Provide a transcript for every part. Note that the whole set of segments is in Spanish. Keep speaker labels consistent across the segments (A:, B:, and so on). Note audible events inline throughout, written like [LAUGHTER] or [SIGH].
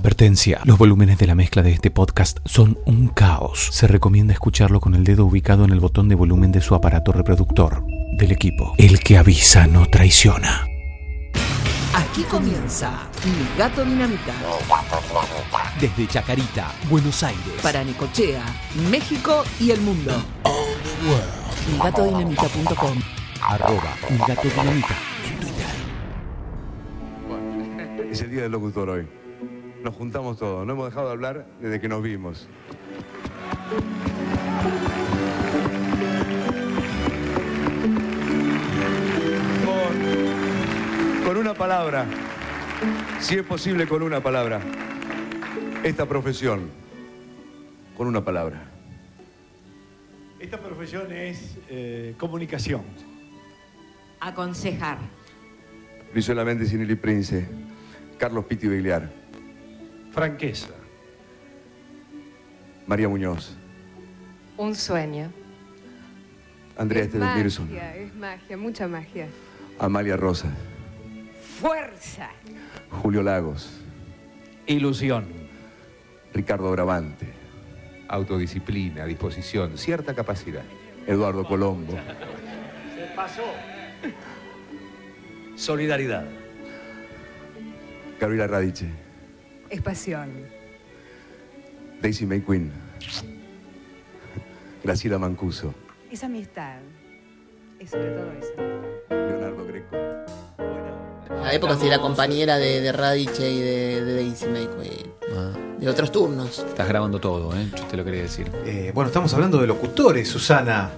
A: Advertencia, los volúmenes de la mezcla de este podcast son un caos. Se recomienda escucharlo con el dedo ubicado en el botón de volumen de su aparato reproductor, del equipo. El que avisa no traiciona.
B: Aquí comienza Mi Gato Dinamita
A: Desde Chacarita, Buenos Aires.
B: para Necochea, México y el mundo. MiGatoDinamita.com
A: Arroba, un gato dinamita.
C: Es el día del locutor hoy. Nos juntamos todos, no hemos dejado de hablar desde que nos vimos. Con- Con una palabra, si es posible con una palabra, esta profesión, con una palabra.
D: Esta profesión es eh, comunicación.
E: Aconsejar.
C: Luis Solamente Sinelli Prince, Carlos Pitti Begliar,
D: Franqueza.
C: María Muñoz,
F: Un sueño.
C: Andrea
F: es
C: Esteban
F: magia,
C: Pearson,
F: es magia, mucha magia.
C: Amalia Rosa,
E: Fuerza.
C: Julio Lagos,
G: Ilusión.
C: Ricardo Bravante,
H: autodisciplina, disposición, cierta capacidad.
C: Eduardo Colombo.
G: Solidaridad.
C: Gabriela Radice,
F: Es pasión.
C: Daisy May Quinn, Graciela Mancuso,
F: Es amistad. Es sobre todo eso.
C: Leonardo Greco.
I: La época sí era compañera de, de Radice y de, de Daisy May Quinn.
A: Ah.
I: De otros turnos.
G: Estás grabando todo, ¿eh? Yo te lo quería decir.
J: Eh, bueno, estamos hablando de locutores, Susana,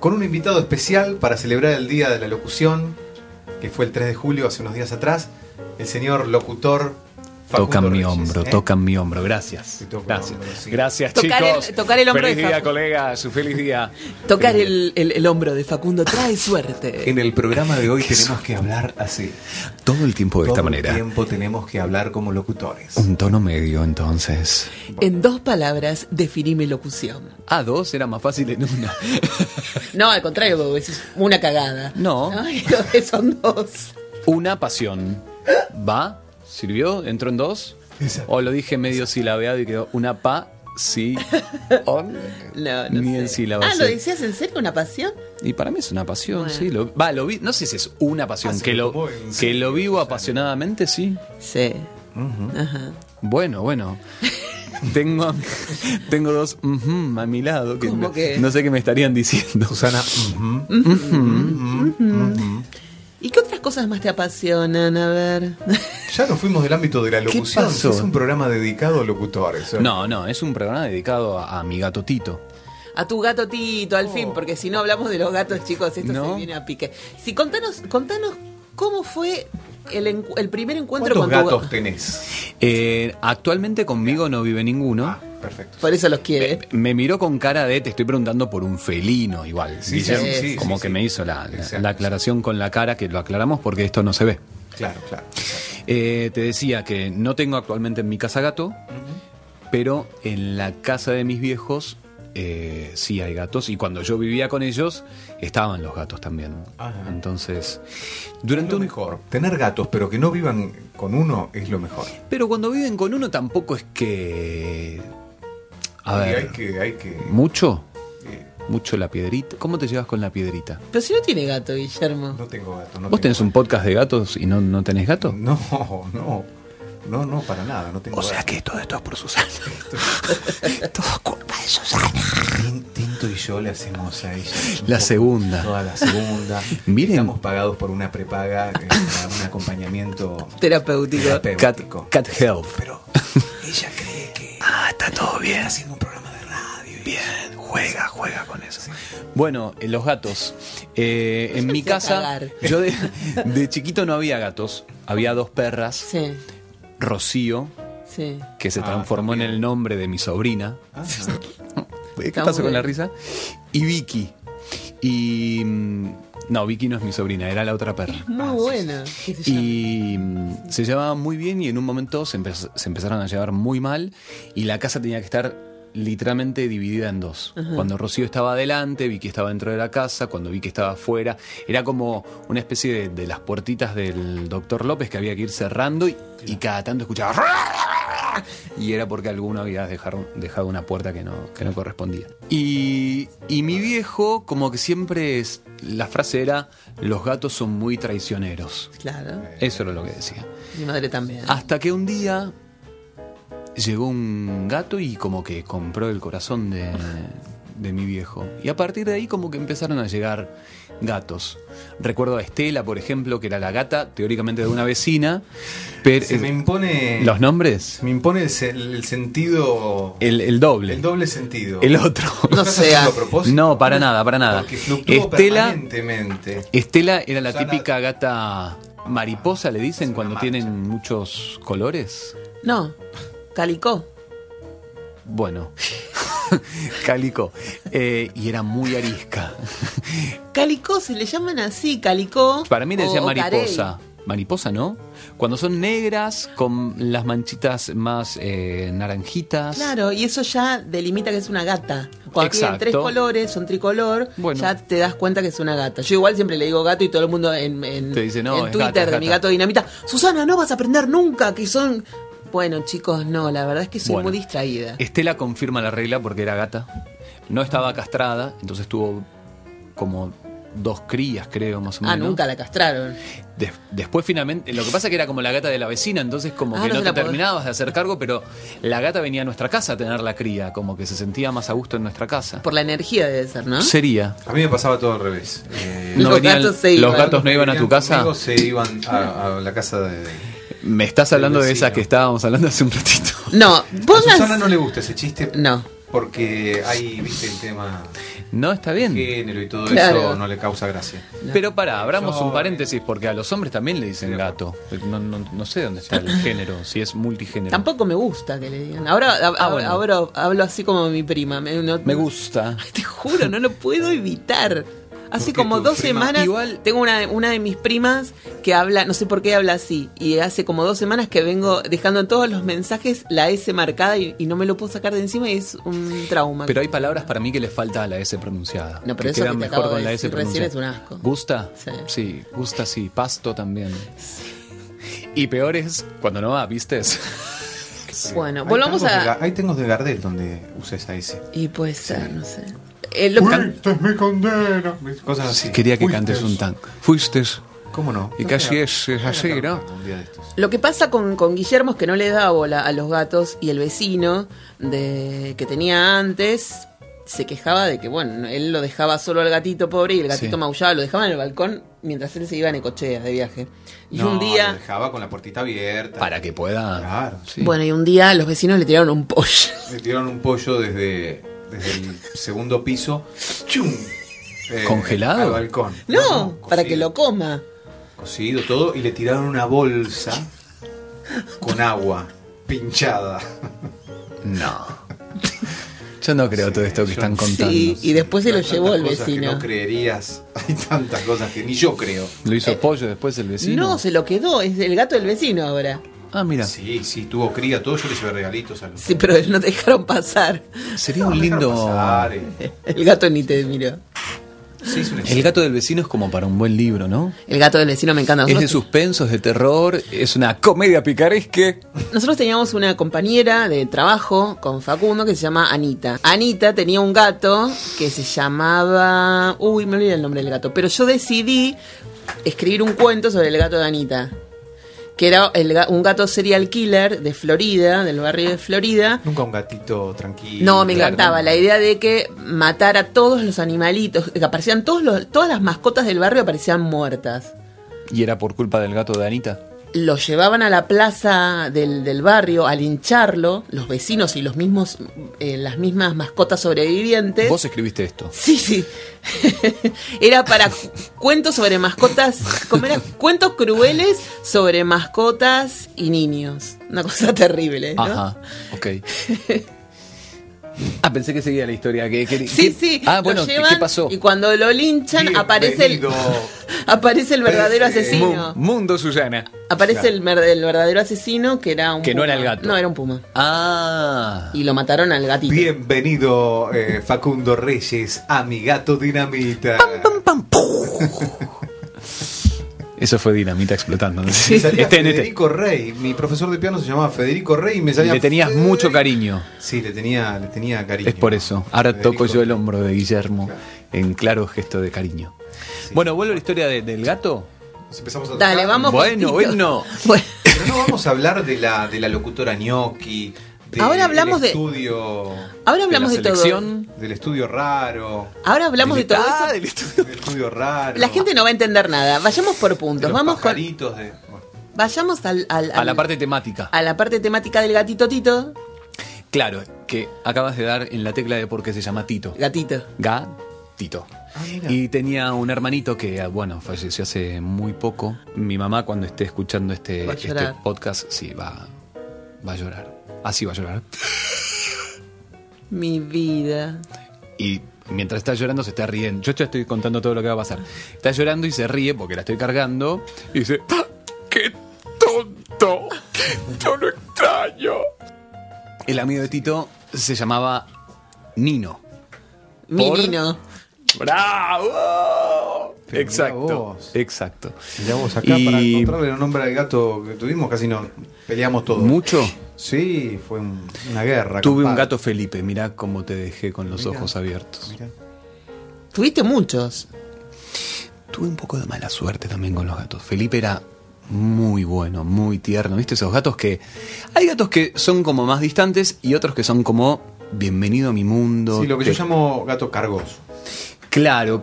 J: con un invitado especial para celebrar el Día de la Locución, que fue el 3 de julio, hace unos días atrás, el señor locutor... Facundo
G: Tocan mi
J: Reyes,
G: hombro,
J: ¿eh?
G: tocan mi hombro. Gracias.
J: Te toco el
G: Gracias,
J: hombro, sí.
G: Gracias
B: Tocar el-
G: chicos.
B: tocar el hombro
G: Feliz
B: de
G: día,
B: Facu.
G: colega. Su feliz día.
B: Tocar
G: Feliz día.
B: el, el- el hombro de Facundo trae suerte.
J: En el programa de hoy tenemos que hablar así.
G: Todo el tiempo Pues, de
J: Todo
G: esta
J: el
G: manera.
J: tiempo tenemos que hablar como locutores.
G: Un tono medio, entonces.
B: En dos palabras, definime locución.
G: A dos era más fácil en una.
I: No, al contrario, porque es una cagada.
G: No.
I: Son dos.
G: Una pasión. ¿Va? ¿Sirvió? ¿Entró en dos?
J: Exacto.
G: ¿O lo dije medio silabeado y quedó una pa? Sí. on?
I: No, no
G: Ni
I: sé.
G: en sílabas.
I: Ah, ¿lo
G: sí.
I: decías en serio? ¿Una pasión?
G: Y para mí es una pasión,
B: Bueno.
G: sí. Lo, va, lo vi, no sé si es una pasión,
J: Hace
G: que
J: un
G: lo,
J: poco en
G: que
J: serio,
G: lo vivo
J: Susana.
G: apasionadamente, sí.
B: Sí. Ajá. [LAUGHS]
G: Bueno, bueno. tengo, a- tengo dos ujú a mi lado que,
B: ¿Cómo
G: no-
B: que?
G: no sé qué me estarían diciendo.
J: Susana, ujú.
B: ¿Y qué otras cosas más te apasionan? A ver. [LAUGHS]
J: ya nos fuimos del ámbito de la locución.
G: pasó?
J: Es un programa dedicado a locutores. ¿eh?
G: No, no, es un programa dedicado a, a mi gato Tito.
B: A tu gato Tito, al fin, porque si no hablamos de los gatos, chicos, esto
G: Oh. No.
B: se viene a pique. Sí, contanos, contanos cómo fue el, encu- el primer encuentro con
J: ¿Cuántos
B: tu
J: gatos
B: gato.
J: tenés?
G: Eh, actualmente conmigo no vive ninguno.
J: Ah, perfecto.
I: Por eso los quiere.
G: Me miró con cara de te estoy preguntando por un felino igual.
J: Sí,
G: Guillermo,
I: sí, sí,
G: como
J: sí,
G: que
J: sí.
G: me hizo la, la-
J: Exacto.
G: la aclaración con la cara que lo aclaramos porque esto no se ve.
J: Claro, claro.
G: Eh, te decía que no tengo actualmente en mi casa gato, pero en la casa de mis viejos eh, sí hay gatos y cuando yo vivía con ellos estaban los gatos también.
J: Ajá.
G: Entonces,
J: Es
G: durante
J: lo
G: un...
J: mejor. Ah, Tener gatos, pero que no vivan con uno, es lo mejor.
G: Pero cuando viven con uno tampoco es que... A
J: Y
G: ver,
J: hay que, hay que.
G: mucho,
J: eh,
G: mucho la piedrita. ¿Cómo te llevas con la piedrita?
I: Pero si no tiene gato, Guillermo.
J: no tengo gato. No tengo
G: ¿Vos tenés un podcast de gatos y no, no tenés gato?
J: No, no. No, no, para nada. No tengo
G: O sea
J: gato.
G: que todo esto es por Susana. todo culpa de Susana.
J: Tin- Tinto y yo le hacemos a ella. un
G: La
J: poco
G: segunda.
J: Toda la segunda.
G: [LAUGHS] Miren.
J: Estamos pagados por una prepaga, eh, para un acompañamiento
G: [LAUGHS]
B: Terapéutico.
G: Cat,
J: terapéutico.
G: cat Health.
J: Pero ella cree que
G: Ah, está todo bien.
J: haciendo un programa de radio. y-
G: Bien, juega, juega con eso. Bueno, eh, los gatos. Eh, en [LAUGHS] mi
B: empecé a
G: casa,
B: cagar.
G: yo de, de chiquito no había gatos. Había dos perras.
B: Sí,
G: Rocío,
B: sí.
G: que se
J: Ah,
G: transformó en el nombre de mi sobrina.
J: Ah,
G: [LAUGHS] ¿Qué
B: Está
G: pasó
B: muy
G: con la
B: bien.
G: risa? Y Vicky. Y. mm, No, Vicky no es mi sobrina, era la otra perra.
B: Muy buena.
G: Ah, Y mm, se llevaban muy bien y en un momento se, empe- se empezaron a llevar muy mal y la casa tenía que estar literalmente dividida en dos. Cuando Rocío estaba adelante, Vicky estaba dentro de la casa, cuando Vicky estaba afuera, era como una especie de, de las puertitas del doctor López que había que ir cerrando y, y cada tanto escuchaba... ¡ah! Y era porque alguno había dejar- dejado una puerta que no, que no correspondía. Y, y mi viejo, como que siempre es, la frase era, los gatos son muy traicioneros.
B: Claro.
G: Eso era lo que decía.
B: Mi madre también.
G: Hasta que un día llegó un gato y como que compró el corazón de, de mi viejo. Y a partir de ahí como que empezaron a llegar gatos. Recuerdo a Estela, por ejemplo, que era la gata teóricamente de una vecina. Pero, eh,
J: Se me impone.
G: ¿Los nombres?
J: se me impone el, se- el sentido.
G: El, el doble.
J: El doble sentido.
G: El otro.
J: ¿No
B: No
J: estás
B: sea-
J: haciendo a propósito?
G: No, para nada, para nada.
J: Porque fluctúo
G: Estela,
J: permanentemente.
G: Estela era la
J: Susana-
G: típica gata mariposa, le dicen, cuando tienen muchos colores.
B: No, Calicó.
G: Bueno, [LAUGHS] Cálico. Eh, y era muy arisca.
B: Calicó se le llaman así, Calicó.
G: Para mí le
B: o-
G: decían
B: o
G: mariposa. Mariposa, ¿no? Cuando son negras, con las manchitas más eh, naranjitas.
B: carey. Claro, y eso ya delimita que es una gata. Cuando tienen
G: Exacto.
B: tres colores, son tricolor,
G: Bueno.
B: ya te das cuenta que es una gata. Yo igual siempre le digo gato y todo el mundo en, en-
G: Te dice, no,
B: en
G: es
B: Twitter
G: gata, es
B: de mi
G: gata.
B: gato dinamita, Susana, no vas a aprender nunca que son... Bueno, chicos, no, la verdad es que soy
G: Bueno.
B: muy distraída.
G: Estela confirma la regla porque era gata. No estaba castrada, entonces tuvo como dos crías, creo, más o
B: Ah,
G: menos.
B: nunca la castraron.
G: Des- después finalmente, lo que pasa es que era como la gata de la vecina, entonces como
B: Ah,
G: que
B: no
G: no,
B: se
G: te
B: la podés-
G: terminabas de hacer cargo, pero la gata venía a nuestra casa a tener la cría, como que se sentía más a gusto en nuestra casa.
B: Por la energía debe ser, ¿no?
G: Sería.
J: A mí me pasaba todo al revés. Eh,
G: No
B: Los
G: venían-
B: gatos se
G: los
B: iban.
G: gatos no iban a tu casa.
J: Conmigo se iban a, a la casa de.
G: Me estás
J: El
G: hablando de
J: vecino.
G: esas que estábamos hablando hace un ratito.
B: No,
J: A
B: pongas...
J: Susana no le gusta ese chiste
B: No.
J: porque hay, viste, el tema
G: No, está
J: de
G: bien.
J: género y todo
B: Claro.
J: eso no le causa gracia.
G: Pero pará, abramos
J: Yo-
G: un paréntesis, porque a los hombres también le dicen gato. No, no- no sé dónde está el género, si es multigénero.
B: Tampoco me gusta que le digan. Ahora, a-
G: Ah,
B: ahora-
G: bueno.
B: ahora hablo así como mi prima. Me, no-
G: Me gusta.
B: [LAUGHS] Te juro, no lo
J: [LAUGHS]
B: puedo evitar. Hace
J: ¿Por qué
B: como
J: tu
B: dos
J: prima?
B: semanas
G: Igual-
B: tengo una, una de mis primas que habla, no sé por qué habla así, y hace como dos semanas que vengo dejando en todos los mensajes la S marcada y, y no me lo puedo sacar de encima y es un trauma.
G: Pero hay palabras para mí que les falta a la S pronunciada.
B: No, pero eso
G: quedan
B: que te
G: mejor
B: acabo
G: con
B: de
G: la S
B: decir recién
G: pronunciada.
B: es un asco.
G: ¿Gusta?
B: Sí.
G: Sí, gusta sí. Pasto también. Y peor es cuando no va, ¿viste?
B: bueno,
J: Hay
B: volvamos
J: tangos de
B: a...
J: Ga- hay tangos de Gardel donde usa esa S.
B: Y puede ser, no sé. Eh, lo-
J: es mi condena. Cosas así.
G: Quería que
J: Fuiste.
G: cantes un tango. Fuiste.
J: ¿Cómo no?
G: Y casi es, es así, ¿no?
J: Un día de estos.
B: Lo que pasa con, con Guillermo es que no le da bola a los gatos y el vecino de, que tenía antes se quejaba de que, bueno, él lo dejaba solo al gatito pobre y el gatito
G: Sí.
B: maullaba, lo dejaba en el balcón mientras él se iba en ecochea de viaje. Y
J: No,
B: un
J: lo
B: día,
J: dejaba con la puertita abierta.
G: Para que pueda.
J: Claro.
G: Sí.
B: bueno, y un día los vecinos le tiraron un pollo. [LAUGHS]
J: Le tiraron un pollo desde, desde el segundo piso. ¡Chum! Eh,
G: ¿Congelado?
J: Al balcón.
B: No, para que lo
J: coma.
B: coma.
J: Cocido todo y le tiraron una bolsa con agua pinchada.
G: No. Yo no creo todo esto que
J: yo-
G: están contando.
B: Sí, y después se lo
J: Hay tantas
B: llevó el
J: cosas que
B: vecino.
J: no creerías. [LAUGHS] Hay tantas cosas que ni yo creo.
G: Lo hizo Pollo después el vecino.
B: Eh, No, se lo quedó, es el gato del vecino ahora.
G: Ah, mira.
J: Sí, sí, tuvo cría, todo. Yo le llevé regalitos a los.
B: Sí, pero no te dejaron pasar. [LAUGHS]
G: Sería un lindo.
J: Pasar, eh.
B: El gato ni te miró.
J: Se hizo un
G: El gato del vecino es como para un buen libro, ¿no?
B: El gato del vecino me encanta.
G: Es de
B: Nosotros-
G: suspenso, es de terror, es una comedia picaresque.
B: Nosotros teníamos una compañera de trabajo con Facundo que se llama Anita. Anita tenía un gato que se llamaba... Uy, me olvidé el nombre del gato. Pero yo decidí escribir un cuento sobre el gato de Anita. Que era el ga- un gato serial killer de Florida, del barrio de Florida.
J: Nunca un gatito tranquilo.
B: No, me
J: Claro.
B: encantaba la idea de que matara a todos los animalitos, que aparecían todos los, todas las mascotas del barrio aparecían muertas.
G: Y era por culpa del gato de Anita.
B: lo llevaban a la plaza del, del barrio a lincharlo, los vecinos y los mismos, eh, las mismas mascotas sobrevivientes.
G: Vos escribiste esto.
B: Sí, sí. [LAUGHS] era para cu- cuentos sobre mascotas, como era cuentos crueles sobre mascotas y niños. Una cosa terrible, ¿no?
G: Ajá,
B: [LAUGHS]
G: ok. Ah, pensé que seguía la historia. Que, que-
B: Sí,
G: que-
B: sí.
G: Ah,
B: lo
G: bueno, ¿qué,
B: llevan
G: qué pasó?
B: Y cuando lo linchan aparece el,
J: Bienvenido.
B: aparece el verdadero
J: Este,
B: asesino.
G: Mu- Mundo Susana.
B: Aparece el, mer- el verdadero asesino que era un
G: Que no era
B: puma.
G: el gato.
B: No, era un puma.
G: Ah.
B: Y lo mataron al gatito.
J: [LAUGHS] Bienvenido, eh, Facundo Reyes, a mi gato dinamita.
G: [LAUGHS] Eso fue dinamita explotando. ¿no?
J: Me salía
G: Este en este.
J: Federico Rey. Mi profesor de piano se llamaba Federico Rey y me salía.
G: Le tenías mucho cariño.
J: Sí, le tenía, le tenía cariño.
G: Es por eso. Ahora
J: Federico.
G: toco yo el hombro de Guillermo en claro gesto de cariño.
J: Sí.
G: Bueno, vuelvo a la historia de- del gato.
J: Nos empezamos a
B: Dale,
J: tocar.
B: vamos.
G: Bueno,
B: justitos.
G: bueno.
B: Bueno,
J: Pero no vamos a hablar de la, de la locutora gnocchi. del
B: Ahora hablamos de-
J: estudio,
B: ahora hablamos de,
G: la
B: todo.
G: selección.
J: Del estudio raro.
B: Ahora hablamos de todo
G: Ah,
B: eso.
G: del estudio.
J: Del estudio raro.
B: La gente no va a entender nada. Vayamos por puntos. Vamos con-
J: pajaritos de- bueno.
B: vayamos al, al-
G: A la
B: al-
G: parte temática.
B: a la parte temática del gatito Tito.
G: Claro, que acabas de dar en la tecla de por qué se llama Tito.
B: Gatito.
G: Gatito. y tenía un hermanito que, ah, bueno, falleció hace muy poco. Mi mamá, cuando esté escuchando este,
B: Va a llorar.
G: este podcast, sí, va, va a llorar. Así va a llorar.
B: Mi vida.
G: Y mientras está llorando, se está riendo. Yo te estoy contando todo lo que va a pasar. Está llorando y se ríe porque la estoy cargando. Y dice: "Ah, ¡Qué tonto! ¡Yo lo extraño! El amigo de Tito se llamaba Nino.
B: Mi
G: Por-
B: Nino.
G: ¡Bravo!
J: Pero mirá
G: exacto,
J: vos.
G: exacto.
J: Mirá vos, acá para
G: Y-
J: encontrarle el nombre al gato que tuvimos casi nos peleamos todos.
G: Mucho.
J: Sí, fue un- una guerra.
G: Tuve un
J: compadre.
G: gato Felipe, mirá cómo te dejé con los
J: Mirá.
G: ojos abiertos.
J: Mirá.
B: Tuviste muchos.
G: Tuve un poco de mala suerte también con los gatos. Felipe era muy bueno, muy tierno. ¿Viste esos gatos que... Hay gatos que son como más distantes y otros que son como... Bienvenido a mi mundo.
J: Sí, lo que yo
G: te-
J: llamo gato cargoso.
G: Claro.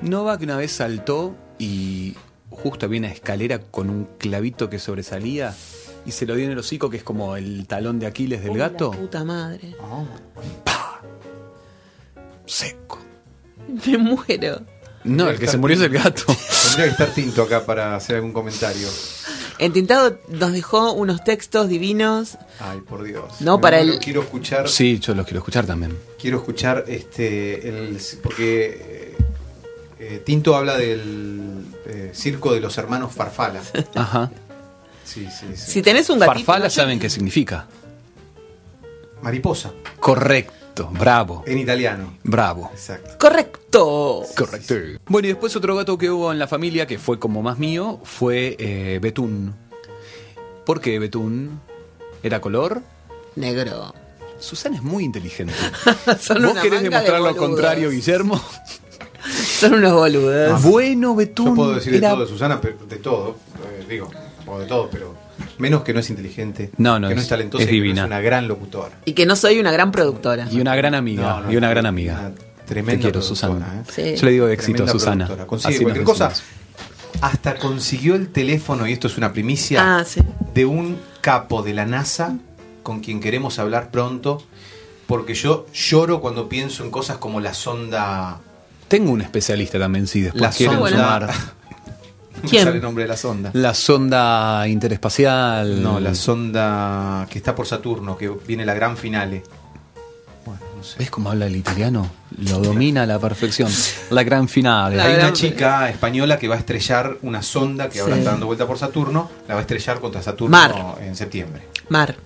G: Nova que una vez saltó y justo había una escalera con un clavito que sobresalía y se lo dio en el hocico, que es como el talón de Aquiles del
B: Uy,
G: gato.
B: la puta madre. [LAUGHS]
J: Ah.
G: Seco.
B: Me muero.
G: No, el que se murió es el gato.
J: Tendría que estar tinto acá para hacer algún comentario.
B: Entintado nos dejó unos textos divinos.
J: Ay, por Dios.
B: No, para
J: lo
B: el-
J: Quiero escuchar.
G: Sí, yo los quiero escuchar también.
J: Quiero escuchar este. El, porque. eh, eh, Tinto habla del eh, circo de los
B: [LAUGHS]
J: hermanos Farfala.
G: Ajá.
J: Sí, sí, sí.
B: Si tenés un gatito.
G: Farfala saben qué significa.
J: Mariposa,
G: Correcto. Bravo.
J: en italiano.
G: Bravo.
J: Exacto.
B: Correcto.
G: Correcto. Bueno, y después otro gato que hubo en la familia, que fue como más mío, fue eh, Betún. ¿Por qué Betún? ¿Era color?
B: Negro. [LAUGHS]
G: Susana es muy inteligente.
B: Son
G: ¿Vos
B: una
G: querés
B: manga de
G: demostrar lo
B: boludos.
G: contrario, Ah. Guillermo?
B: Son unos boludos.
G: [LAUGHS] bueno, Betún.
J: Ah, Yo puedo decir de
G: era-
J: todo de Susana, pero de todo. eh, digo, o de todo, pero. Menos que no es inteligente.
G: No, no,
J: Que no
G: es-
J: es talentosa.
G: es
J: y que no
G: divina.
J: es una gran locutora.
B: Y que no soy una gran productora.
G: Y una gran amiga.
J: No, no,
G: y una gran
J: una
G: amiga.
J: tremenda
G: Te quiero,
J: productora,
G: Susana.
J: ¿eh?
B: Sí.
G: Yo le digo éxito,
J: Tremenda
G: Susana.
J: productora. Consigue
G: Así nos
J: cualquier cosa.
G: decimos.
J: Hasta consiguió el teléfono, y esto es una primicia,
B: Ah, sí.
J: de un capo de la NASA con quien queremos hablar pronto. Porque yo lloro cuando pienso en cosas como la sonda.
G: Tengo un especialista también, si después
J: La
G: quieren
B: sonda.
J: [LAUGHS]
G: sumar.
J: no me
B: ¿Quién?
J: sale el nombre de la sonda.
G: La sonda interespacial.
J: No, la sonda que está por Saturno, que viene la gran finale. Bueno, no sé.
G: ¿Ves cómo habla el italiano? Lo domina a la perfección. La gran final.
B: La
J: Hay una
B: gran-
J: chica española que va a estrellar una sonda que ahora
B: Sí.
J: está dando vuelta por Saturno, la va a estrellar contra Saturno
B: Mar.
J: en septiembre.
B: Mar.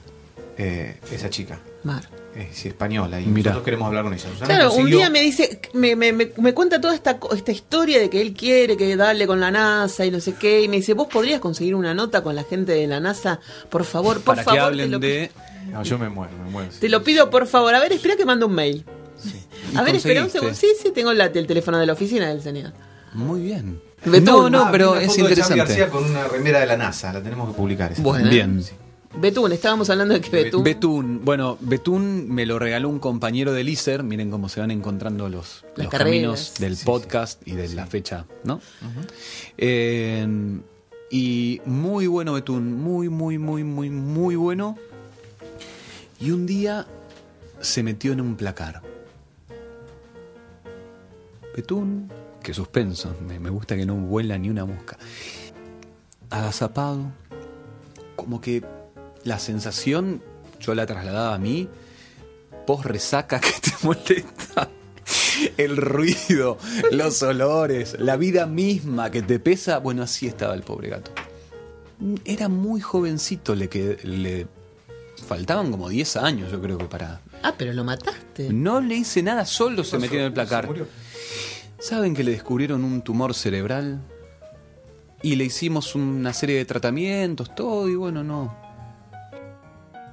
J: Eh, esa chica
B: Mar.
J: es española y
G: Mirá.
J: nosotros queremos hablar con ella. Susana
B: Claro, un
J: consiguió-
B: día me dice, me, me- me- me cuenta toda esta, co- esta historia de que él quiere que darle con la NASA y no sé qué, y me dice, vos podrías conseguir una nota con la gente de la NASA, por favor, por
G: Para
B: favor.
G: que
B: te,
G: hablen
B: lo, pi-
G: de.
J: No, yo me muero, me muero.
B: te lo pido, por favor. A ver, espera que mando un mail.
G: ¿Y
B: A ver, espera un
G: conseguiste?
B: segundo. Sí, sí, tengo la- el teléfono de la oficina del señor.
G: Muy bien.
B: Betún.
G: No, no,
J: Ah, vi
G: pero
J: una
G: es
J: foto de Charly García
G: interesante.
J: con una remera de la NASA, la tenemos que publicar. esa.
B: Bueno.
G: Bien.
B: Betún, estábamos hablando de que Betún.
G: Betún, bueno, Betún me lo regaló un compañero de Lícer. Miren cómo se van encontrando los,
B: Las
G: los
B: carreras.
G: caminos del podcast y de la fecha, ¿no? Eh, y muy bueno Betún, muy, muy, muy, muy, muy bueno. Y un día se metió en un placar. Betún, que suspenso, me, me gusta que no vuela ni una mosca. Agazapado, como que la sensación, yo la trasladaba a mí, post resaca [LAUGHS] que te molesta. El ruido, los olores, la vida misma que te pesa. Bueno, así estaba el pobre gato. Era muy jovencito, le, que, le faltaban como 10 años, yo creo que para.
B: Ah, pero lo mataste.
G: No le hice nada, solo se metió en el placar.
J: murió.
G: ¿Saben que le descubrieron un tumor cerebral? y le hicimos una serie de tratamientos, todo, y bueno, no.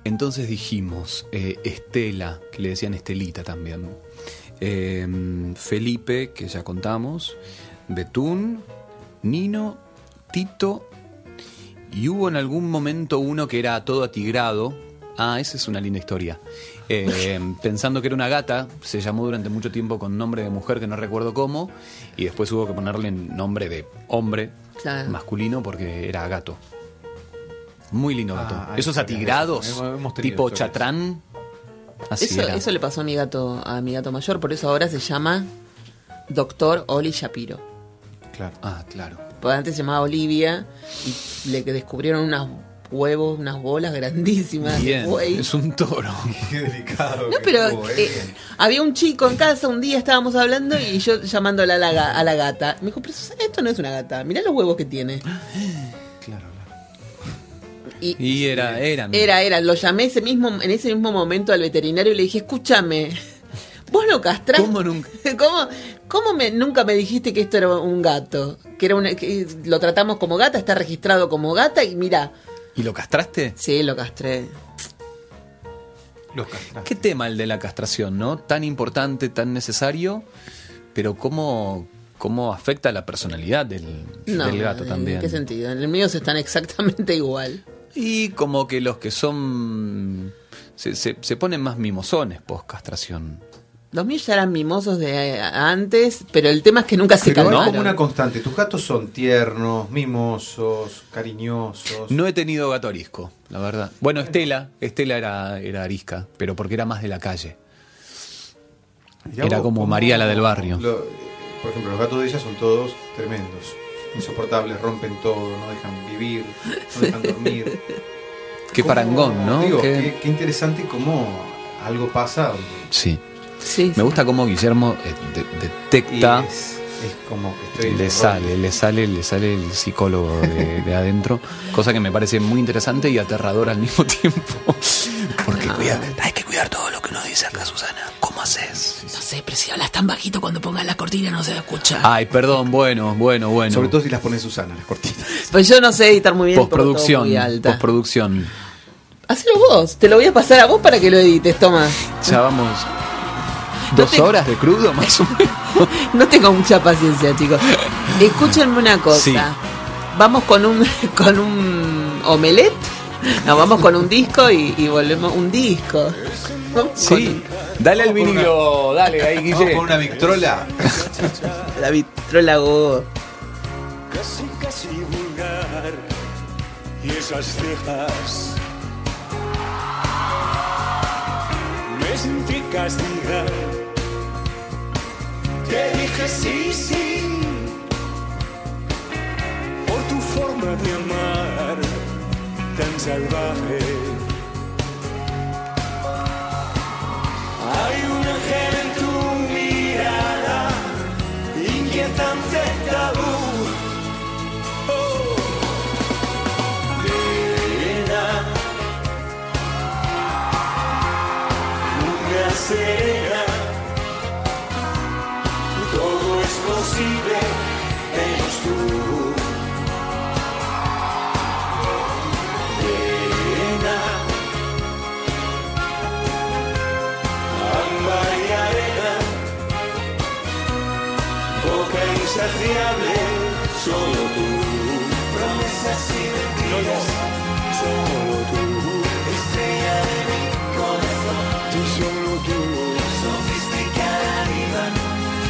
G: Entonces dijimos, eh, Estela, que le decían Estelita también, eh, Felipe, que ya contamos, Betún, Nino, Tito, y hubo en algún momento uno que era todo atigrado. Ah, esa es una linda historia.
B: [LAUGHS]
G: Eh, pensando que era una gata, se llamó durante mucho tiempo con nombre de mujer que no recuerdo cómo, y después hubo que ponerle nombre de hombre
B: Claro.
G: masculino porque era gato. Muy lindo gato.
J: Ah, hay
G: Esos
J: historias de
G: atigrados,
J: esas. Hemos- hemos tenido
G: tipo
J: historias.
G: chatrán. Así
B: Eso,
G: era.
B: eso le pasó a mi gato, a mi gato mayor, por eso ahora se llama Doctor Oli Shapiro.
J: Claro.
G: Ah, claro.
B: Porque antes se llamaba Olivia y le descubrieron unos huevos, unas bolas grandísimas de
G: Bien,
B: buey.
G: es un toro.
J: Qué delicado.
B: No,
J: que
B: pero
J: estuvo,
B: eh,
J: ¿eh?
B: había un chico en casa, un día estábamos hablando y yo llamándola a la, ga- a la gata. Me dijo, pero Susana, esto no es una gata, mirá los huevos que tiene.
J: Claro,
B: Y
G: [LAUGHS] Y era, eran.
B: Era, era, lo llamé ese mismo, en ese mismo momento al veterinario y le dije, escúchame, vos lo castraste.
G: ¿Cómo nunca?
B: [LAUGHS] ¿Cómo, cómo me, nunca me dijiste que esto era un gato? Que era una, que lo tratamos como gata, está registrado como gata y mira,
G: ¿Y lo castraste?
B: sí, lo castré.
J: Los castrados.
G: Qué tema el de la castración, ¿no? Tan importante, tan necesario, pero cómo, cómo afecta la personalidad del,
B: No,
G: del gato
B: ¿en
G: también.
B: qué sentido? En el mío se están [LAUGHS] exactamente igual.
G: Y como que los que son... Se, se- se ponen más mimosones post castración.
B: Los míos ya eran mimosos de eh, antes, pero el tema es que nunca se
J: Pero hay
B: calmaron.
J: como una constante. Tus gatos son tiernos, mimosos, cariñosos.
G: No he tenido gato arisco, la verdad. Bueno, Estela, Estela era, era arisca, pero porque era más de la calle.
J: Mirá
G: era
J: vos,
G: como
J: cómo-
G: María la del barrio.
J: lo- por ejemplo, los gatos de ella son todos tremendos. Insoportables, rompen todo, no dejan vivir, no dejan dormir.
G: [LAUGHS] Qué
J: Cómo-
G: parangón, ¿no?
J: digo,
G: Qué-
J: qué, qué interesante cómo algo pasa donde-
G: Sí.
B: Sí,
G: Me
B: sí.
G: gusta cómo Guillermo eh, de-
J: y
G: detecta...
J: es, es como que estoy...
G: Le sale, le sale, le sale el psicólogo de,
J: [LAUGHS]
G: de adentro, cosa que me parece muy interesante y aterradora al mismo [LAUGHS] tiempo. Porque
J: Ah.
G: cuida- hay que cuidar todo lo que uno dice acá, Susana. ¿Cómo haces?
I: No sé, pero si hablas tan bajito cuando pongas la cortina no se va a escuchar.
B: Ah.
G: Ay, perdón, bueno, bueno, bueno.
J: Sobre todo si las pone Susana, las cortinas.
B: Pues yo no sé editar muy bien. porque todo
G: postproducción,
B: Muy alta.
G: postproducción.
B: Hacelo vos, te lo voy a pasar a vos para que lo edites,
G: [LAUGHS]
B: toma.
G: Ya vamos dos
B: te-
G: horas de crudo más o menos.
B: No tengo mucha paciencia, chicos. Escúchenme una cosa.
G: Sí.
B: Vamos con un [LAUGHS] con un omelette. No, vamos con un disco y, y volvemos un disco.
G: Sí, dale al
J: Vamos por
G: vinilo, dale ahí,
J: Vamos
G: Guille.
J: con una victrola.
B: Con La vitrola Gogo.
D: Casi, casi vulgar. Y esas cejas. Me sentí castigado. Te dije sí, sí. Por tu forma de amar. Tan salvaje. Hay un ángel en tu mirada. Inquietante tabú. Serena, una serena, todo es posible menos tú. Serena, ámbar y arena, boca insaciable, solo tú. Promesas y mentiras, solo tú. Estrella de mi corazón, tú solo tú. Sofisticada diva,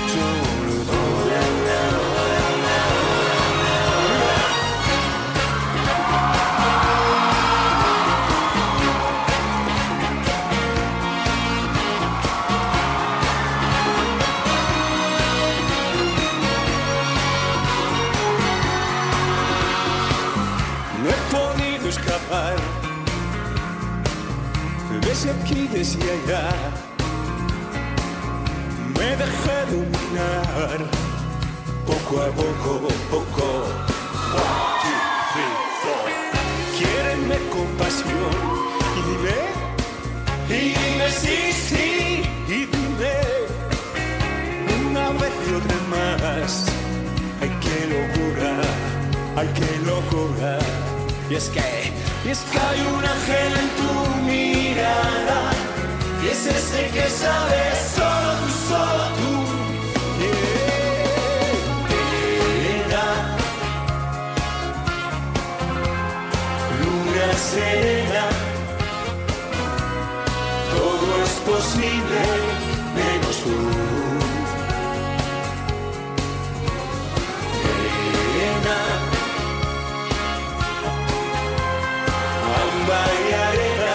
D: solo tú. No he podido escapar. Desde aquí, desde allá. Me dejé dominar. Poco a poco, poco. One, two, three, four. Quiéreme con pasión. Y dime. Y dime sí, sí. Y dime. Una vez y otra más. Ay, qué locura. Ay, qué locura. Y es que, y es que hay un ángel en tu mirada. Y es ese que sabes solo tú, solo tú. Yeah. Serena. Luna serena. Todo es posible menos tú. arena. Amba y arena,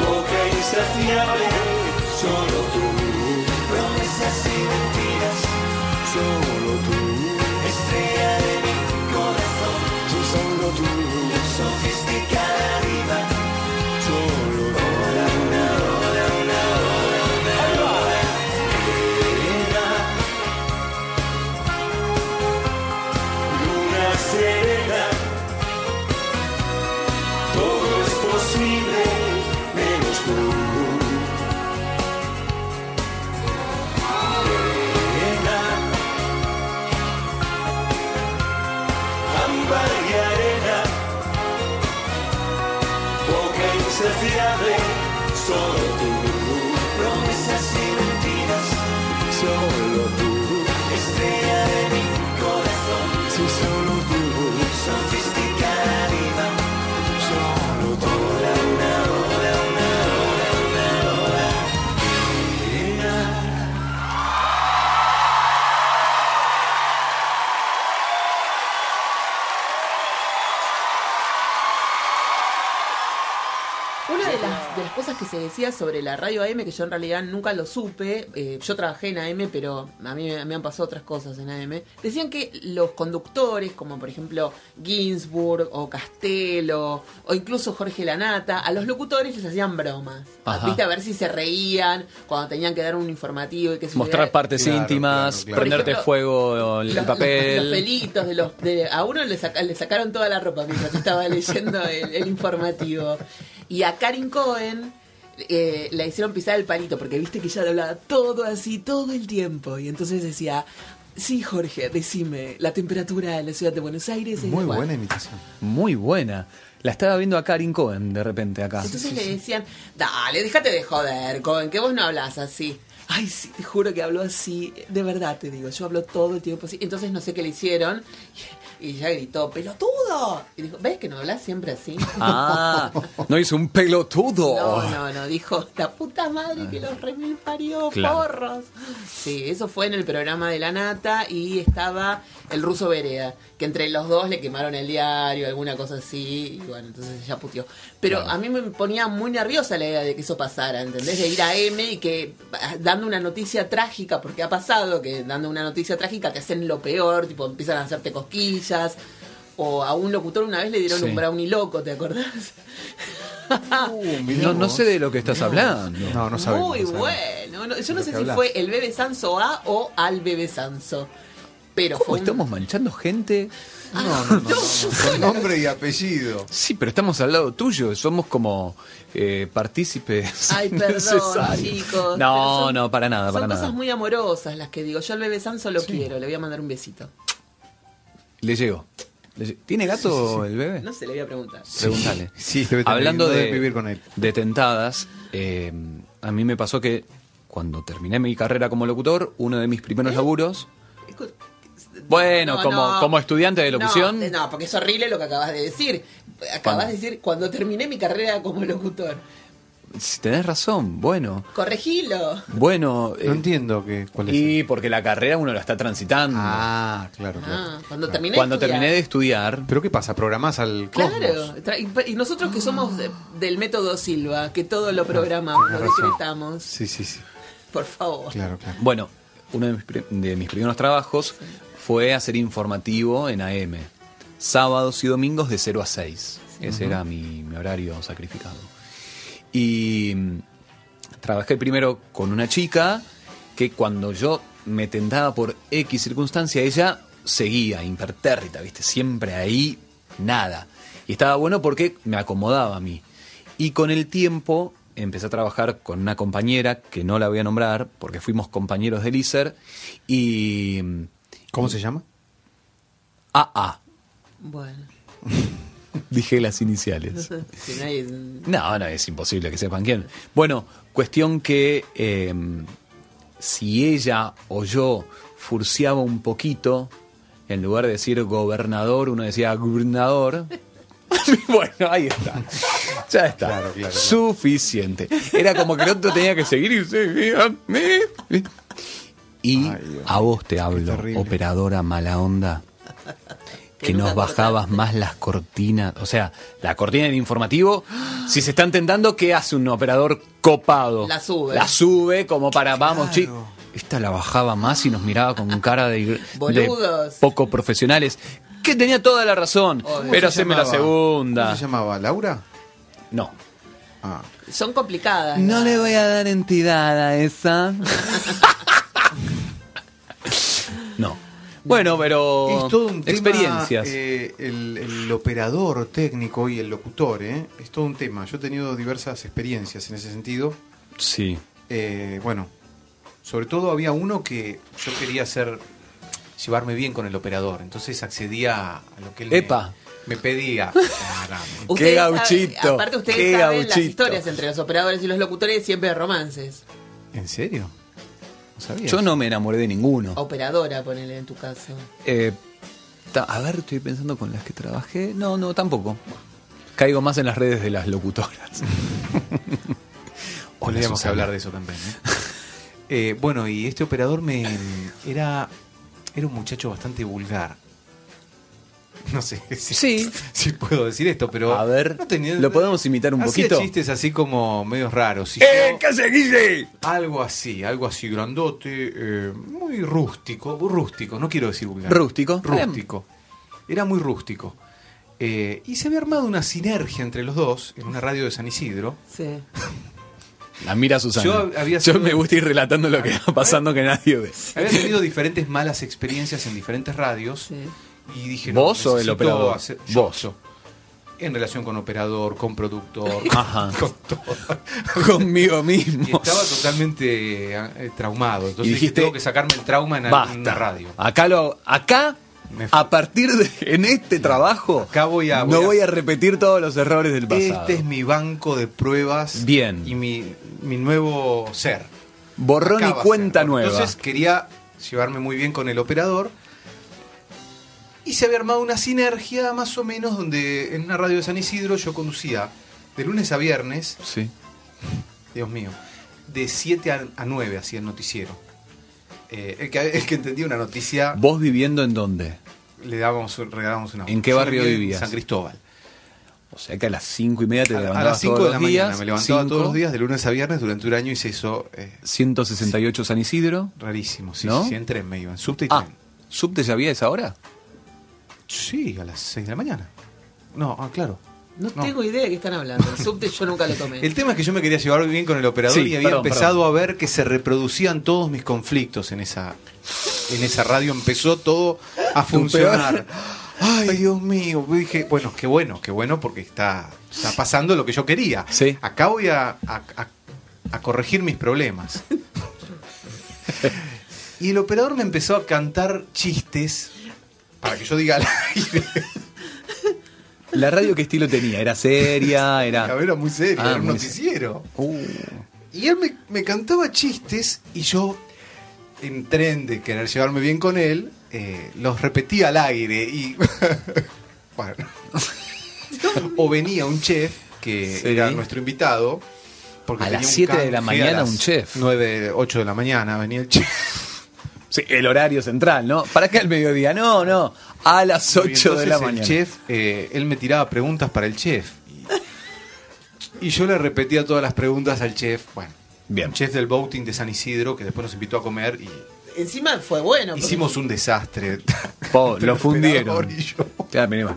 D: boca insaciable, solo tú. Promesas y mentiras, solo tú. Estrella de mi corazón, solo tú. Sofisticada diva, solo tú. Hola, una, hola, una, hola, una, Arena. luna serena. Todo es posible menos tú. Arena, ámbar y arena, boca insaciable, solo tú. Promesas y mentiras, solo tú. Estrella de mi corazón. Si solo tú Sofisticada diva Solo tú Hola, una, hola, una, hola, una, hola Nena.
B: Una de las, de las cosas que se decía sobre la radio AM, que yo en realidad nunca lo supe, eh, yo trabajé en AM, pero a mí me, me han pasado otras cosas en AM, decían que los conductores, como por ejemplo Ginsburg o Castelo, o incluso Jorge Lanata, a los locutores les hacían bromas.
G: Ajá.
B: ¿Viste? A ver si se reían cuando tenían que dar un informativo y que se
G: Mostrar partes
H: Claro,
G: íntimas,
H: claro, claro.
G: prenderte
B: Por ejemplo,
G: fuego
B: los,
G: el, el
B: los-
G: papel.
B: los pelitos de los de- a uno le, saca- le sacaron toda la ropa mientras estaba [LAUGHS] leyendo el, el informativo y a Karin Cohen eh, la hicieron pisar el palito porque viste que ella le hablaba todo así todo el tiempo y entonces decía sí Jorge decime la temperatura en la ciudad de Buenos Aires es de
J: Muy
B: cuánto?".
J: buena imitación.
G: Muy buena. La estaba viendo a Karin Cohen de repente acá.
B: Entonces le decían, dale, déjate de joder, Cohen, que vos no hablas así. Ay, sí, te juro que hablo así, de verdad te digo, yo hablo todo el tiempo así. Entonces no sé qué le hicieron y ella gritó, pelotudo. Y dijo, ¿ves que no hablas siempre así? [LAUGHS]
G: Ah, no hizo un pelotudo.
B: No, no, no, dijo, la puta madre que los remil parió,
G: Claro.
B: porros. Sí, eso fue en el programa de La Nata y estaba el ruso Vereda, que entre los dos le quemaron el diario, alguna cosa así, y bueno, entonces ya puteó. Pero a mí me ponía muy nerviosa la idea de que eso pasara, ¿entendés? De ir a M y que ah, dando una noticia trágica, porque ha pasado que dando una noticia trágica te hacen lo peor, tipo empiezan a hacerte cosquillas. O a un locutor una vez le dieron
G: Sí.
B: un brownie loco, ¿te acordás?
G: No, no sé de lo que estás hablando.
J: No, no sabemos.
B: Muy
J: no sabemos.
B: bueno. No, yo no
J: Lo
B: sé
J: que
B: si
J: hablas.
B: fue el bebé Sanso A o al bebé Sanso. Pero
G: ¿Cómo
B: fue un-
G: estamos manchando gente?
B: Ah, no, yo [LAUGHS] soy
J: Con
B: la-
J: nombre y apellido.
G: Sí, pero estamos al lado tuyo. Somos como eh, partícipes.
B: [LAUGHS] Ay, perdón,
G: innecesarios.
B: chicos.
G: No,
B: pero son-
G: no, para nada, para
B: Son
G: nada.
B: cosas muy amorosas las que digo. Yo al bebé Sanso lo quiero, le voy a mandar un besito.
G: Le llego. Le lle- ¿Tiene gato el
J: Eh.
G: bebé?
B: No sé, le voy a preguntar.
G: Pregúntale.
J: [LAUGHS] Sí, debe tener-
G: Hablando
J: no
G: de,
J: debe vivir con él.
G: de tentadas, eh, a mí me pasó que cuando terminé mi carrera como locutor, uno de mis primeros laburos.
B: Escu-
G: Bueno,
B: No,
G: como,
B: no.
G: como estudiante de locución.
B: No, de- no, porque es horrible lo que acabas de decir. Acabas
G: ¿Cuándo?
B: de decir, cuando terminé mi carrera como locutor.
G: si Tenés razón, bueno.
B: Corregilo.
G: Bueno. eh,
J: No entiendo que, cuál es. el-
G: y mm. porque la carrera uno la está transitando.
J: Ah, claro,
B: Ah,
J: claro.
B: cuando terminé de
G: cuando
B: estudiar.
G: terminé de estudiar,
J: Pero ¿qué pasa? ¿Programás al cosmos?
B: Claro, tra- y- y nosotros que somos de- del método Silva, que todo lo programamos, lo
J: tenés razón.
B: decretamos,
J: Sí, sí, sí.
B: por favor.
J: Claro, claro.
G: Bueno, uno de mis, pri- de mis primeros trabajos fue hacer informativo en AM. Sábados y domingos de 0 a 6. Ese era mi, mi horario sacrificado. Y mm, trabajé primero con una chica que cuando yo me tentaba por X circunstancia, ella seguía impertérrita, ¿viste? Siempre ahí, nada. Y estaba bueno porque me acomodaba a mí. Y con el tiempo empecé a trabajar con una compañera que no la voy a nombrar porque fuimos compañeros del ISER y mm,
J: ¿Cómo se llama?
G: AA.
B: Bueno.
G: [LAUGHS] Dije las iniciales.
B: [LAUGHS] Si nadie-
G: No, no, es imposible que sepan quién. Bueno, cuestión que eh, si ella o yo furciaba un poquito, en lugar de decir gobernador, uno decía gobernador. [LAUGHS] bueno, ahí está. Ya está. Suficiente. Era como que el otro tenía que seguir y seguía. Y a vos te hablo, operadora mala onda que nos bajabas más las cortinas. O sea, la cortina del informativo, si se están tentando, ¿qué hace un operador copado?
B: La sube.
G: La sube como para, vamos, chi. Esta la bajaba más y nos miraba con cara de, de
B: Boludos.
G: poco profesionales. Que tenía toda la razón,
B: Obvio.
G: pero
J: se
G: haceme la
J: llamaba? ¿Cómo
G: segunda.
J: se llamaba? ¿Laura?
G: No.
J: Ah.
B: Son complicadas.
G: No le voy a dar entidad a esa. [LAUGHS] no. Bueno, pero.
J: Es todo un tema,
G: Oh, experiencias.
J: eh, el, el operador técnico y el locutor, ¿eh? Es todo un tema. Yo he tenido diversas experiencias en ese sentido.
G: Sí.
J: Eh, bueno, sobre todo había uno que yo quería hacer, llevarme bien con el operador. Entonces accedía a lo que él me-
G: Epa.
J: Me,
G: [LAUGHS]
J: pedía. Caramba.
B: Ustedes
G: Qué
B: saben-
G: gauchito,
B: aparte ustedes
G: qué
B: saben las
G: gauchito.
B: historias entre los operadores y los locutores siempre de romances.
J: ¿En serio? No sabía.
G: Yo no me enamoré de ninguno.
B: Operadora, ponele en tu caso.
G: Eh, ta- a ver, estoy pensando con las que trabajé. No, no, tampoco. Caigo más en las redes de las locutoras. Hola,
J: Podríamos
G: Susana.
J: hablar de eso también. [LAUGHS] ¿eh? Eh, bueno, y este operador me era era un muchacho bastante vulgar. No sé [LAUGHS] si,
G: Sí.
J: si puedo decir esto, pero
G: A ver,
J: no tenía-
G: ¿lo podemos imitar un
J: Hacía
G: poquito?
J: chistes así como medios raros. y
G: ¡Eh,
J: yo-
G: qué haces, Guille!
J: algo así, algo así grandote, eh, muy rústico, muy rústico. No quiero decir vulgar.
G: Rústico.
J: Rústico. Era muy rústico. Eh, y se había armado una sinergia entre los dos en una radio de San Isidro.
B: Sí.
G: [LAUGHS] La mira Susana.
J: Yo
G: Yo,
J: había sido-
G: me gusta ir relatando lo que va pasando que nadie ve.
J: Había tenido diferentes malas experiencias en diferentes radios
B: Sí.
J: y dije
G: ¿Vos o el
J: necesito
G: operador?
J: yo,
G: Vos.
J: yo. en relación con operador, con productor,
G: [LAUGHS] Ajá.
J: con todo.
G: Conmigo
J: Y
G: mismo.
J: estaba totalmente eh, traumado. Entonces
G: Y
J: dije,
G: dijiste,
J: tengo que sacarme el trauma en alguna
G: Basta.
J: radio.
G: Acá lo acá
J: Me fui.
G: a partir de en este trabajo
J: Acá voy a-
G: no
J: voy a-
G: voy a repetir todos los errores del pasado.
J: Este es mi banco de pruebas
G: Bien.
J: y mi, mi nuevo ser.
G: Borrón
J: Acaba
G: y cuenta
J: ser.
G: nueva.
J: Entonces quería llevarme muy bien con el operador. Y se había armado una sinergia más o menos donde en una radio de San Isidro yo conducía de lunes a viernes,
G: sí.
J: Dios mío, de 7 a, a 9 hacía el noticiero. Eh, el, que, el que entendía una noticia
G: ¿Vos viviendo en dónde?
J: le dábamos, un- regalábamos una
G: ¿En qué
J: Yo
G: barrio
J: vivía en
G: vivías?
J: San Cristóbal.
G: O sea que a las 5 y media te
J: A, a
G: levantabas
J: las 5
G: todos
J: de la
G: los
J: mañana
G: días,
J: me levantaba
G: cinco,
J: todos los días de lunes a viernes durante un año hice eso eh,
G: 168 San Isidro.
J: rarísimo. Sí,
G: ¿No?
J: sí, sí, en tren me iba, en subte y
G: Ah,
J: tren.
G: ¿subte ya había a esa hora?
J: Sí, a las 6 de la mañana. No, ah, claro.
B: No,
J: No.
B: tengo idea de qué están hablando. El subte yo nunca lo tomé.
J: El tema es que yo me quería llevar bien con el operador
G: Sí,
J: y había
G: perdón,
J: empezado a ver que se reproducían todos mis conflictos en esa, en esa radio. Empezó todo a funcionar.
G: [LAUGHS]
J: Ay, Dios mío. Dije, bueno, qué bueno, qué bueno porque está, está pasando lo que yo quería.
G: Sí.
J: Acá voy a, a- a- a corregir mis
G: [LAUGHS]
J: problemas. Y el operador me empezó a cantar chistes para que yo diga [LAUGHS] al aire.
G: ¿La radio qué estilo tenía? ¿Era seria?
J: Era,
G: [LAUGHS] Era...
J: era muy serio,
G: Ah,
J: era un
G: muy
J: noticiero.
G: Uh,
J: Y él me, me cantaba chistes y yo, en tren de querer llevarme bien con él, eh, los repetía al aire y... [LAUGHS]
G: [LAUGHS]
J: bueno. o venía un chef, que
G: Sí.
J: era nuestro invitado. Porque
G: A
J: tenía
G: las
J: un
G: 7 de
J: canje
G: la
J: a
G: mañana
J: las
G: un chef.
J: 9, 8 de la mañana venía el
G: [LAUGHS]
J: chef.
G: sí, el horario central, ¿no? ¿Para qué al mediodía? No, no. A las
J: Y
G: 8 de
J: entonces
G: la mañana.
J: El chef, eh, él me tiraba preguntas para el chef. Y, y yo le repetía todas las preguntas al chef. Bueno,
G: Bien.
J: un chef del boating de San Isidro, que después nos invitó a comer y
B: Encima fue bueno. porque-
J: Hicimos un desastre. [LAUGHS]
G: Po,
J: Entre
G: lo
J: el
G: fundieron.
J: operador y yo.
G: Claro, mirá.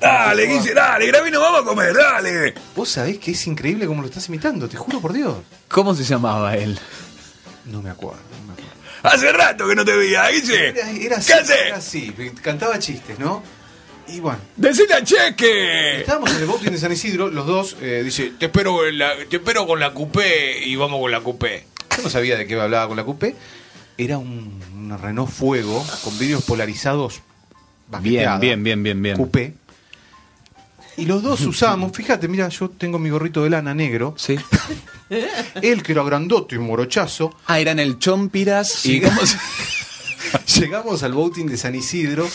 G: Dale, Guille, dale, Gravino, vamos a comer, dale.
J: Vos sabés que es increíble cómo lo estás imitando, te juro por Dios.
G: ¿Cómo se llamaba él?
J: No me acuerdo, no me acuerdo.
G: Hace rato que no te veía, Guille.
J: Era, era así,
G: ¿Qué haces?
J: era así, cantaba chistes, ¿no? Y bueno,
G: Decile a Cheque.
J: estábamos en el boating de San Isidro, los dos, eh, dice, te espero, en la- te espero con la coupé y vamos con la coupé. Yo no sabía de qué hablaba con la coupé. Era un, un Renault Fuego con vidrios polarizados bajeteada,
G: Bien, bien, bien, bien, bien.
J: coupé. Y los
G: [LAUGHS]
J: dos usamos, fíjate, mira, yo tengo mi gorrito de lana negro,
G: Sí.
J: [LAUGHS] él que era grandote y morochazo,
G: Ah, eran el Chompiras y [LAUGHS] cómo se-
J: Llegamos al bouting de San Isidro.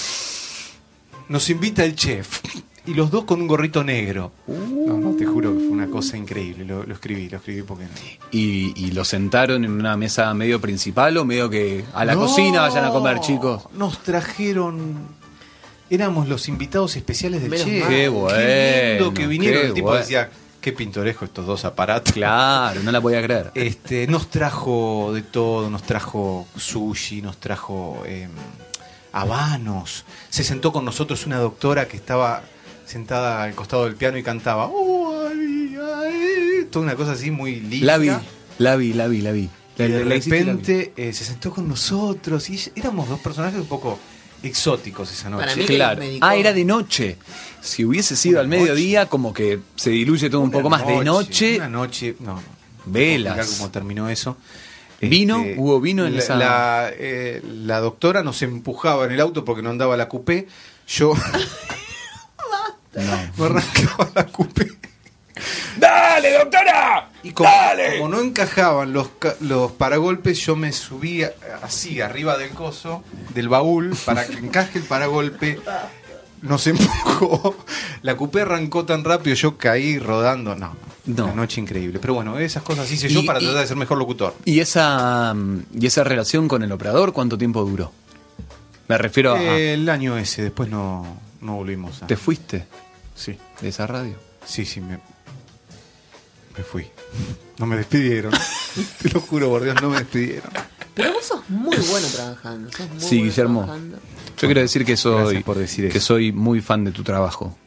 J: Nos invita el chef. Y los dos con un gorrito negro.
G: Uh.
J: No, no, te juro que fue una cosa increíble. Lo, lo escribí, lo escribí porque.
G: y, y lo sentaron en una mesa medio principal o medio que a la
J: ¡No!
G: cocina vayan a comer, chicos.
J: Nos trajeron. Éramos los invitados especiales del
B: Menos
J: chef.
B: mal.
G: Qué
J: lindo
G: bueno,
J: que vinieron.
G: qué
J: el tipo
G: bueno.
J: decía: Qué pintoresco estos dos aparatos.
G: Claro, no la podía creer.
J: Este, nos trajo de todo, nos trajo sushi, nos trajo eh, habanos. Se sentó con nosotros una doctora que estaba sentada al costado del piano y cantaba. "Oh, ay, ay", toda una cosa así muy linda.
G: La vi, la vi, la vi, la vi.
J: Y
G: La-
J: de
G: la- la hiciste y la vi.
J: repente eh, se sentó con nosotros y éramos dos personajes un poco exóticos esa noche.
B: Para mí que
G: Claro.
B: los medicó.
G: Ah, era de noche. Si hubiese sido al mediodía, como que se diluye todo un poco más. De noche,
J: Una noche, no. no.
G: Velas.
J: Explicar cómo terminó eso.
G: ¿Vino? ¿Hubo vino en
J: este, Eh, la,
G: esa-
J: La, eh, la doctora nos empujaba en el auto porque no andaba la coupé. Yo. [LAUGHS] No arrancaba la coupé.
H: ¡Dale, doctora!
J: Y como, como no encajaban los, ca- los paragolpes, yo me subía así, arriba del coso, del baúl, para que encaje el paragolpe. Nos empujó. La coupé arrancó tan rápido, yo caí rodando. No,
G: No.
J: una noche increíble. Pero bueno, esas cosas hice
G: Y-
J: yo para
G: y-
J: tratar de ser mejor locutor.
G: ¿Y esa, mm, ¿Y esa relación con el operador cuánto tiempo duró? Me refiero a...
J: Eh, el año ese, después no, no volvimos a.
G: ¿Te fuiste
J: Sí,
G: de esa radio?
J: sí, sí, me, me fui. No me
G: [LAUGHS]
J: despidieron. Te lo juro, por Dios, no me despidieron.
B: Pero vos sos muy bueno trabajando. Sos muy
G: Sí,
B: bueno
G: Guillermo.
B: trabajando.
G: Yo quiero decir que soy,
J: gracias por decir
G: que
J: eso.
G: soy muy fan de tu trabajo.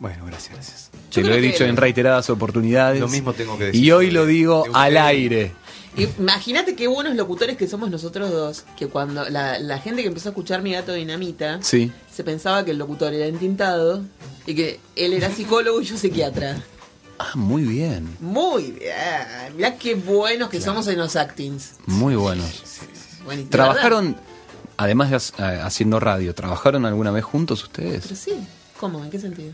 J: Bueno, gracias, gracias.
G: Te lo
B: creo
G: he
B: que-
G: dicho en reiteradas oportunidades.
J: Lo mismo tengo que
G: Ah, Y
J: decir
G: hoy
J: sobre-
G: lo digo
J: de ustedes.
G: al aire.
B: Imagínate qué buenos locutores que somos nosotros dos. Que cuando la, la gente que empezó a escuchar mi gato dinamita
G: Sí.
B: se pensaba que el locutor era entintado y que él era psicólogo y yo psiquiatra.
G: Ah, muy bien.
B: Muy bien. Mirá qué buenos que somos en los actings.
G: Muy buenos.
B: Buenísimo.
G: ¿Trabajaron, además de ha- eh, haciendo radio, trabajaron alguna vez juntos
B: Pero
G: ustedes?
B: sí. ¿Cómo? ¿En qué sentido?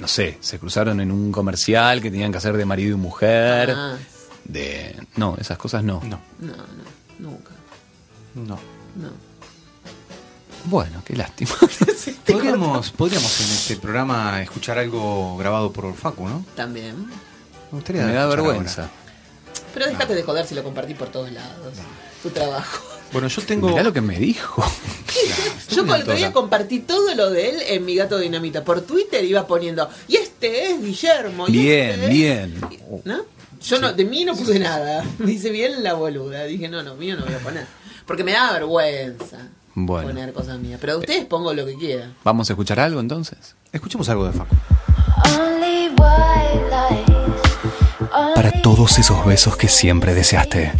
G: No sé, se cruzaron en un comercial que tenían que hacer de marido y mujer.
B: Ah,
G: De... No, esas cosas no.
J: No,
B: no, no. Nunca.
J: no.
B: No.
G: Bueno, qué lástima. [LAUGHS] Este
J: Podríamos, podríamos en este programa escuchar algo grabado por Facu, ¿no?
B: También.
J: Me
G: Me
J: gustaría
G: da
J: escuchar
G: vergüenza.
J: ahora.
B: Pero déjate de joder si lo compartí por todos lados. Tu trabajo.
J: Bueno, yo tengo.
G: Mirá lo que me dijo.
B: Yo con el otro
J: Mendoza.
B: día compartí todo lo de él en mi gato dinamita. Por Twitter iba poniendo, y este es Guillermo. y este
G: Bien,
B: es-".
G: bien.
B: ¿No? Yo no, de mí no puse nada. [LAUGHS] Me hice bien la boluda. Dije, no, no, mío no voy a poner. Porque me da vergüenza
G: Bueno.
B: poner cosas mías. Pero de ustedes pongo lo que quieran.
G: ¿Vamos a escuchar algo entonces?
J: Escuchemos algo de Facu.
A: Para todos esos besos que siempre deseaste.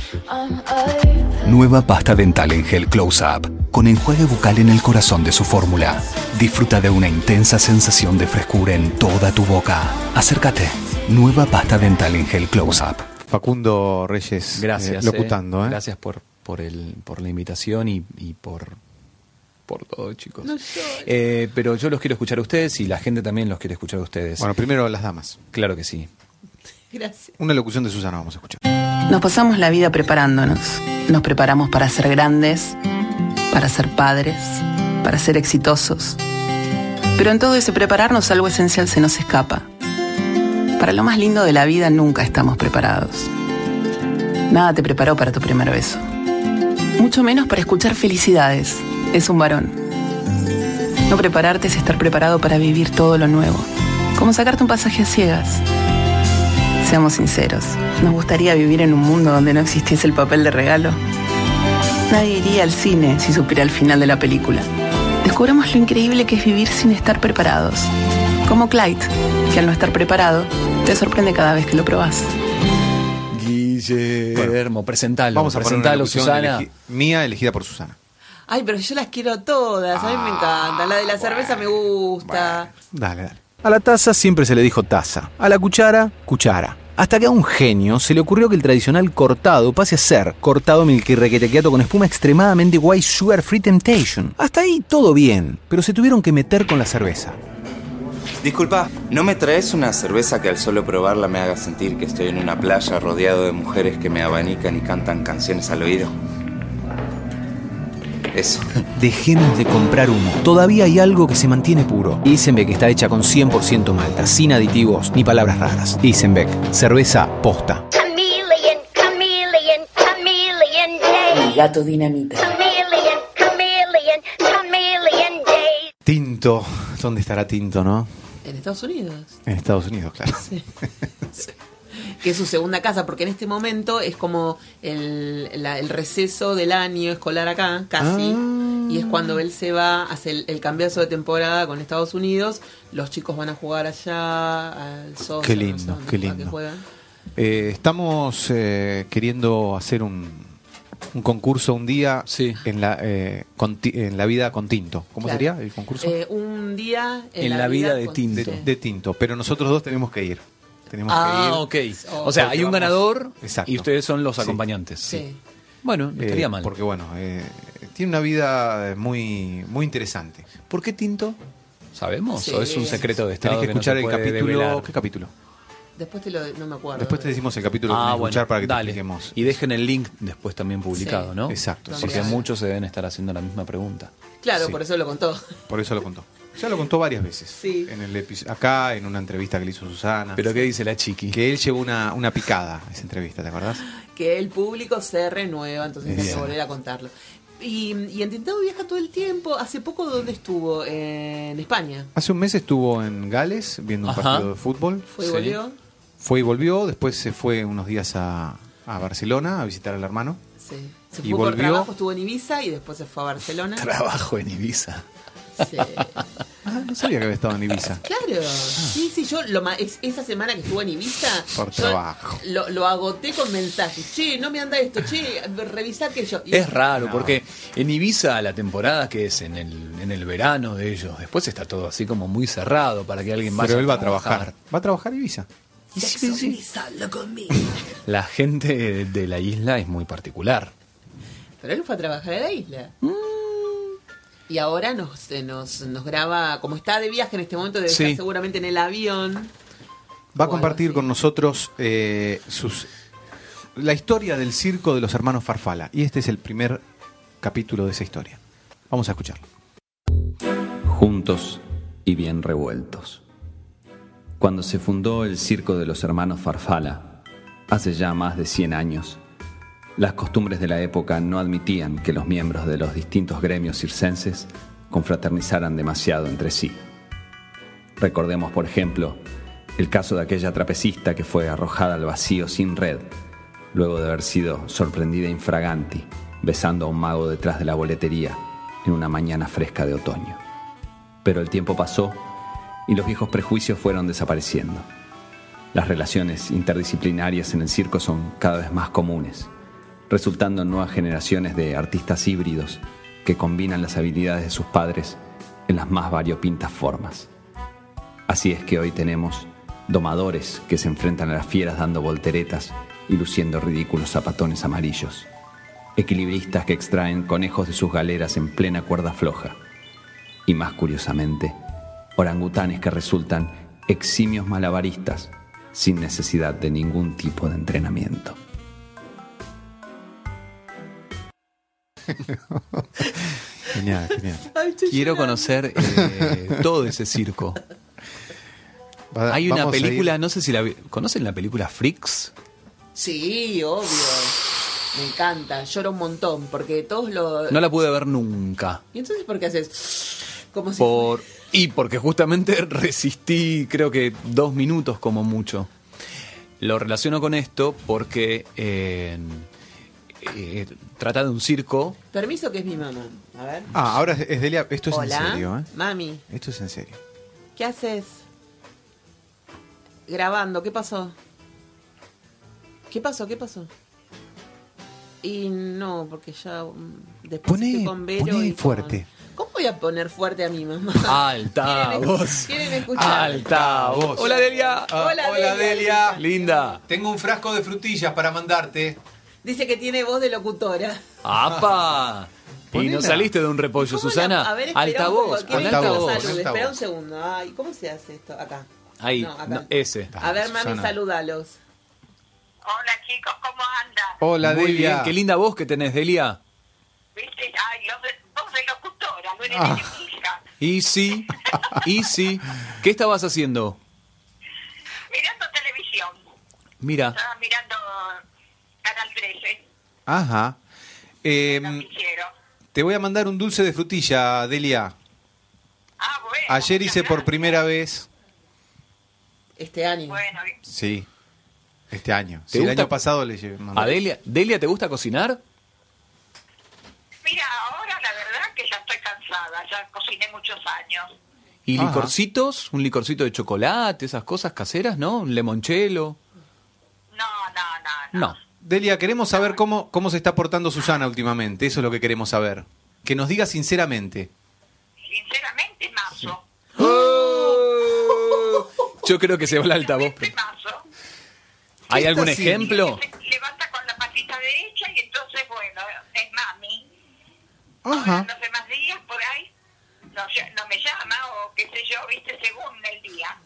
A: Nueva pasta dental en gel Close Up, con enjuague bucal en el corazón de su fórmula. Disfruta de una intensa sensación de frescura en toda tu boca. Acércate. Nueva pasta dental en gel Close Up.
J: Facundo Reyes.
G: Gracias.
J: eh,
A: ¿Ah?
J: locutando, ¿eh?
G: Gracias por, por, el, por la invitación y, y por, por todo, chicos. Eh, pero yo los quiero escuchar a ustedes y la gente también los quiere escuchar a ustedes.
J: Bueno, primero las damas.
G: Claro que sí.
B: Gracias.
J: Una locución de Susana vamos a escuchar.
K: Nos pasamos la vida preparándonos. Nos preparamos para ser grandes, para ser padres, para ser exitosos. Pero en todo ese prepararnos algo esencial se nos escapa. Para lo más lindo de la vida nunca estamos preparados. Nada te preparó para tu primer beso. Mucho menos para escuchar felicidades. Es un varón. No prepararte es estar preparado para vivir todo lo nuevo. Como sacarte un pasaje a ciegas. Seamos sinceros, ¿nos gustaría vivir en un mundo donde no existiese el papel de regalo? Nadie iría al cine si supiera el final de la película. Descubramos lo increíble que es vivir sin estar preparados. Como Clyde, que al no estar preparado, te sorprende cada vez que lo probás.
G: Guillermo, presentalo.
J: vamos a poner una
G: presentarlo,
J: locución
G: Susana.
J: elegi- mía elegida por Susana.
B: Ay, pero yo las quiero todas. A mí
G: Ah,
B: me encanta. La de la cerveza me gusta.
J: Dale, dale.
A: A la taza siempre se le dijo taza. A la cuchara, cuchara.
L: Hasta que a un genio se le ocurrió que el tradicional cortado pase a ser cortado milquirrequetequiato con espuma extremadamente guay Sugar Free Temptation. Hasta ahí todo bien, pero se tuvieron que meter con la cerveza.
C: Disculpa, ¿no me traes una cerveza que al solo probarla me haga sentir que estoy en una playa rodeado de mujeres que me abanican y cantan canciones al oído? Eso.
L: Dejemos de comprar humo. Todavía hay algo que se mantiene puro. Isenbeck está hecha con 100% malta, sin aditivos ni palabras raras. Isenbeck, cerveza posta.
M: Chameleon, chameleon, chameleon day.
N: El gato dinamita.
M: Chameleon, chameleon, chameleon day.
L: Tinto. ¿Dónde estará Tinto, no?
B: En Estados Unidos.
L: En Estados Unidos, claro.
B: Sí. que es su segunda casa, porque en este momento es como el, la- el receso del año escolar acá, casi.
J: Ah.
B: Y es cuando él se va, hace el, el cambiazo de temporada con Estados Unidos. Los chicos van a jugar allá, al softball.
J: Qué lindo, qué lindo. Eh, estamos eh, queriendo hacer un, un concurso un día en, la, eh, con ti- en la vida con Tinto. ¿Cómo
B: Claro.
J: sería el concurso?
B: Eh, un día en, con-
J: De, de Tinto, pero nosotros dos tenemos que ir. Tenemos
A: Ah, ok.
J: que ir. eh,
A: O sea, hay
J: Porque
A: un
J: vamos-
A: ganador
J: Exacto.
A: y ustedes son los
J: Sí.
A: acompañantes.
B: Sí.
A: Bueno, no
J: Eh,
A: estaría mal.
J: Porque bueno, eh, tiene una vida eh, muy, muy interesante.
A: ¿Por qué Tinto? ¿Sabemos?
B: Sí.
A: ¿O es un secreto de Estado?
J: Tenés que
A: no se
J: escuchar el
A: puede
J: capítulo.
A: develar?
J: ¿Qué capítulo?
B: Después te lo, no me acuerdo.
J: Después te decimos el capítulo que
A: Ah,
J: tenés que
A: bueno,
J: escuchar para que
A: dale.
J: te expliquemos.
A: Y dejen el link después también publicado,
B: Sí.
A: ¿no?
J: Exacto, sí,
A: Porque
J: sí.
A: muchos se deben estar haciendo la misma pregunta.
B: Claro,
J: Sí.
B: por eso lo contó.
J: Por eso lo contó. Ya lo contó varias veces.
B: Sí.
J: En el epi- acá, en una entrevista que le hizo Susana.
A: ¿Pero qué dice la chiqui?
J: Que él llevó una, una picada a esa entrevista, ¿te acordás?
B: que el público se renueva, entonces hay que
J: Bien.
B: volver a contarlo. Y, y en Tintado viaja todo el tiempo. ¿Hace poco dónde estuvo? En España.
J: Hace un mes estuvo en Gales viendo un
B: Ajá.
J: partido de fútbol.
B: Fue y volvió.
J: Fue y volvió. Después se fue unos días a, a Barcelona a visitar al hermano.
B: Sí. Se
J: Y
B: fue por
J: volvió.
B: trabajo, estuvo en Ibiza y después se fue a Barcelona.
A: Trabajo en Ibiza.
B: Sí.
J: Ah, no sabía que había estado en Ibiza.
B: Claro. Sí, sí, yo lo, ma- es- esa semana que estuve en Ibiza
J: Por
B: yo
J: trabajo.
B: lo, lo agoté con mensajes. Che, no me anda esto, che, revisá que yo.
A: Es raro, porque en Ibiza la temporada que es en el, en el verano de ellos, después está todo así como muy cerrado para que alguien vaya
J: Pero él va a trabajar. Va a trabajar a Ibiza.
B: Sexo, Ibiza, lo conmigo.
A: La gente de la isla es muy particular.
B: Pero él fue a trabajar a la isla.
J: Mm.
B: Y ahora nos, eh, nos, nos graba, como está de viaje en este momento, debe
J: Sí.
B: estar seguramente en el avión.
J: Va a compartir con nosotros eh, sus la historia del circo de los hermanos Farfala. Y este es el primer capítulo de esa historia. Vamos a escucharlo.
G: juntos y bien revueltos. Cuando se fundó el circo de los hermanos Farfala, hace ya más de 100 años, las costumbres de la época no admitían que los miembros de los distintos gremios circenses confraternizaran demasiado entre sí. Recordemos, por ejemplo, el caso de aquella trapecista que fue arrojada al vacío sin red, luego de haber sido sorprendida infraganti, besando a un mago detrás de la boletería en una mañana fresca de otoño. Pero el tiempo pasó y los viejos prejuicios fueron desapareciendo. Las relaciones interdisciplinarias en el circo son cada vez más comunes, resultando en nuevas generaciones de artistas híbridos que combinan las habilidades de sus padres en las más variopintas formas. Así es que hoy tenemos domadores que se enfrentan a las fieras dando volteretas y luciendo ridículos zapatones amarillos, equilibristas que extraen conejos de sus galeras en plena cuerda floja, y más curiosamente, orangutanes que resultan eximios malabaristas sin necesidad de ningún tipo de entrenamiento.
J: Genial, genial.
B: Ay, estoy
A: Quiero conocer eh, todo ese circo.
J: Va-
A: Hay una
J: vamos a ir-
A: película, no sé si la vi- conocen la película Freaks.
B: Sí, obvio. Me encanta, lloro un montón, porque todos los...
A: No la pude ver nunca.
B: ¿Y entonces por qué haces? Como si...
A: Por y porque justamente [LAUGHS] resistí, creo que dos minutos como mucho. Lo relaciono con esto porque eh, eh, trata de un circo.
B: Permiso que es mi mamá. A ver.
J: Ah, ahora es Delia. Esto es
B: Hola,
J: en serio, ¿eh?
B: mami.
J: Esto es en serio.
B: ¿Qué haces? Grabando, ¿qué pasó? ¿Qué pasó? ¿Qué pasó? Y no, porque ya mm, después estoy
J: Poné,
B: con Vero
J: poné
B: y con-
J: fuerte.
B: ¿Cómo Voy a poner fuerte a mi mamá.
G: Alta
B: [LAUGHS] ¿Quieren,
G: voz.
B: ¿Quieren escuchar?
G: Alta voz.
B: Hola, Delia.
J: Ah,
B: Hola, Delia.
G: Linda.
J: Tengo un frasco de frutillas para mandarte.
B: Dice que tiene voz de locutora.
G: ¡Apa! Y no
J: Ponela.
G: saliste de un repollo, Susana.
B: A ver, espera
G: Alta
B: un poco,
G: voz.
B: quiero
G: Pon
B: que
G: alta
B: me
G: voz.
B: salude. Espera un segundo. Ay, ¿cómo se hace esto? Acá.
G: Ahí,
B: No, acá.
G: no, ese.
B: A ver, mami, saludalos.
J: Hola,
G: Muy
J: Delia.
G: bien, qué linda voz que tenés, Delia.
J: Ah.
G: Y sí, y sí. ¿Qué estabas haciendo?
O: [LAUGHS] Mirando televisión,
G: Mira,
O: estaba mirando Canal 13,
J: Ajá. Eh,
O: quiero.
J: te voy a mandar un dulce de frutilla, Delia.
O: Ah,
J: Ayer hice por primera vez.
B: Este año.
J: Sí. Este año.
G: ¿Te
J: Sí, el
G: gusta?
J: año pasado le llevé.
G: a Delia, Delia, ¿te gusta cocinar?
O: Mira, ahora la verdad que ya estoy cansada, ya cociné muchos años.
G: ¿Y
J: Ajá.
G: licorcitos? ¿Un licorcito de chocolate? ¿Esas cosas caseras, no? ¿Un limonchelo? No.
J: Delia, queremos saber cómo, cómo se está portando Susana últimamente. Eso es lo que queremos saber. Que nos diga sinceramente.
O: Sinceramente, mazo,
G: Yo creo que se va el altavoz.
O: mazo,
G: ¿Hay
O: está
G: algún
O: haciendo?
G: ejemplo?
O: levanta con la patita derecha y entonces, bueno, es mami.
J: Ajá.
O: Los demás días por ahí no, ll- no me llama o qué sé yo, viste, según el día.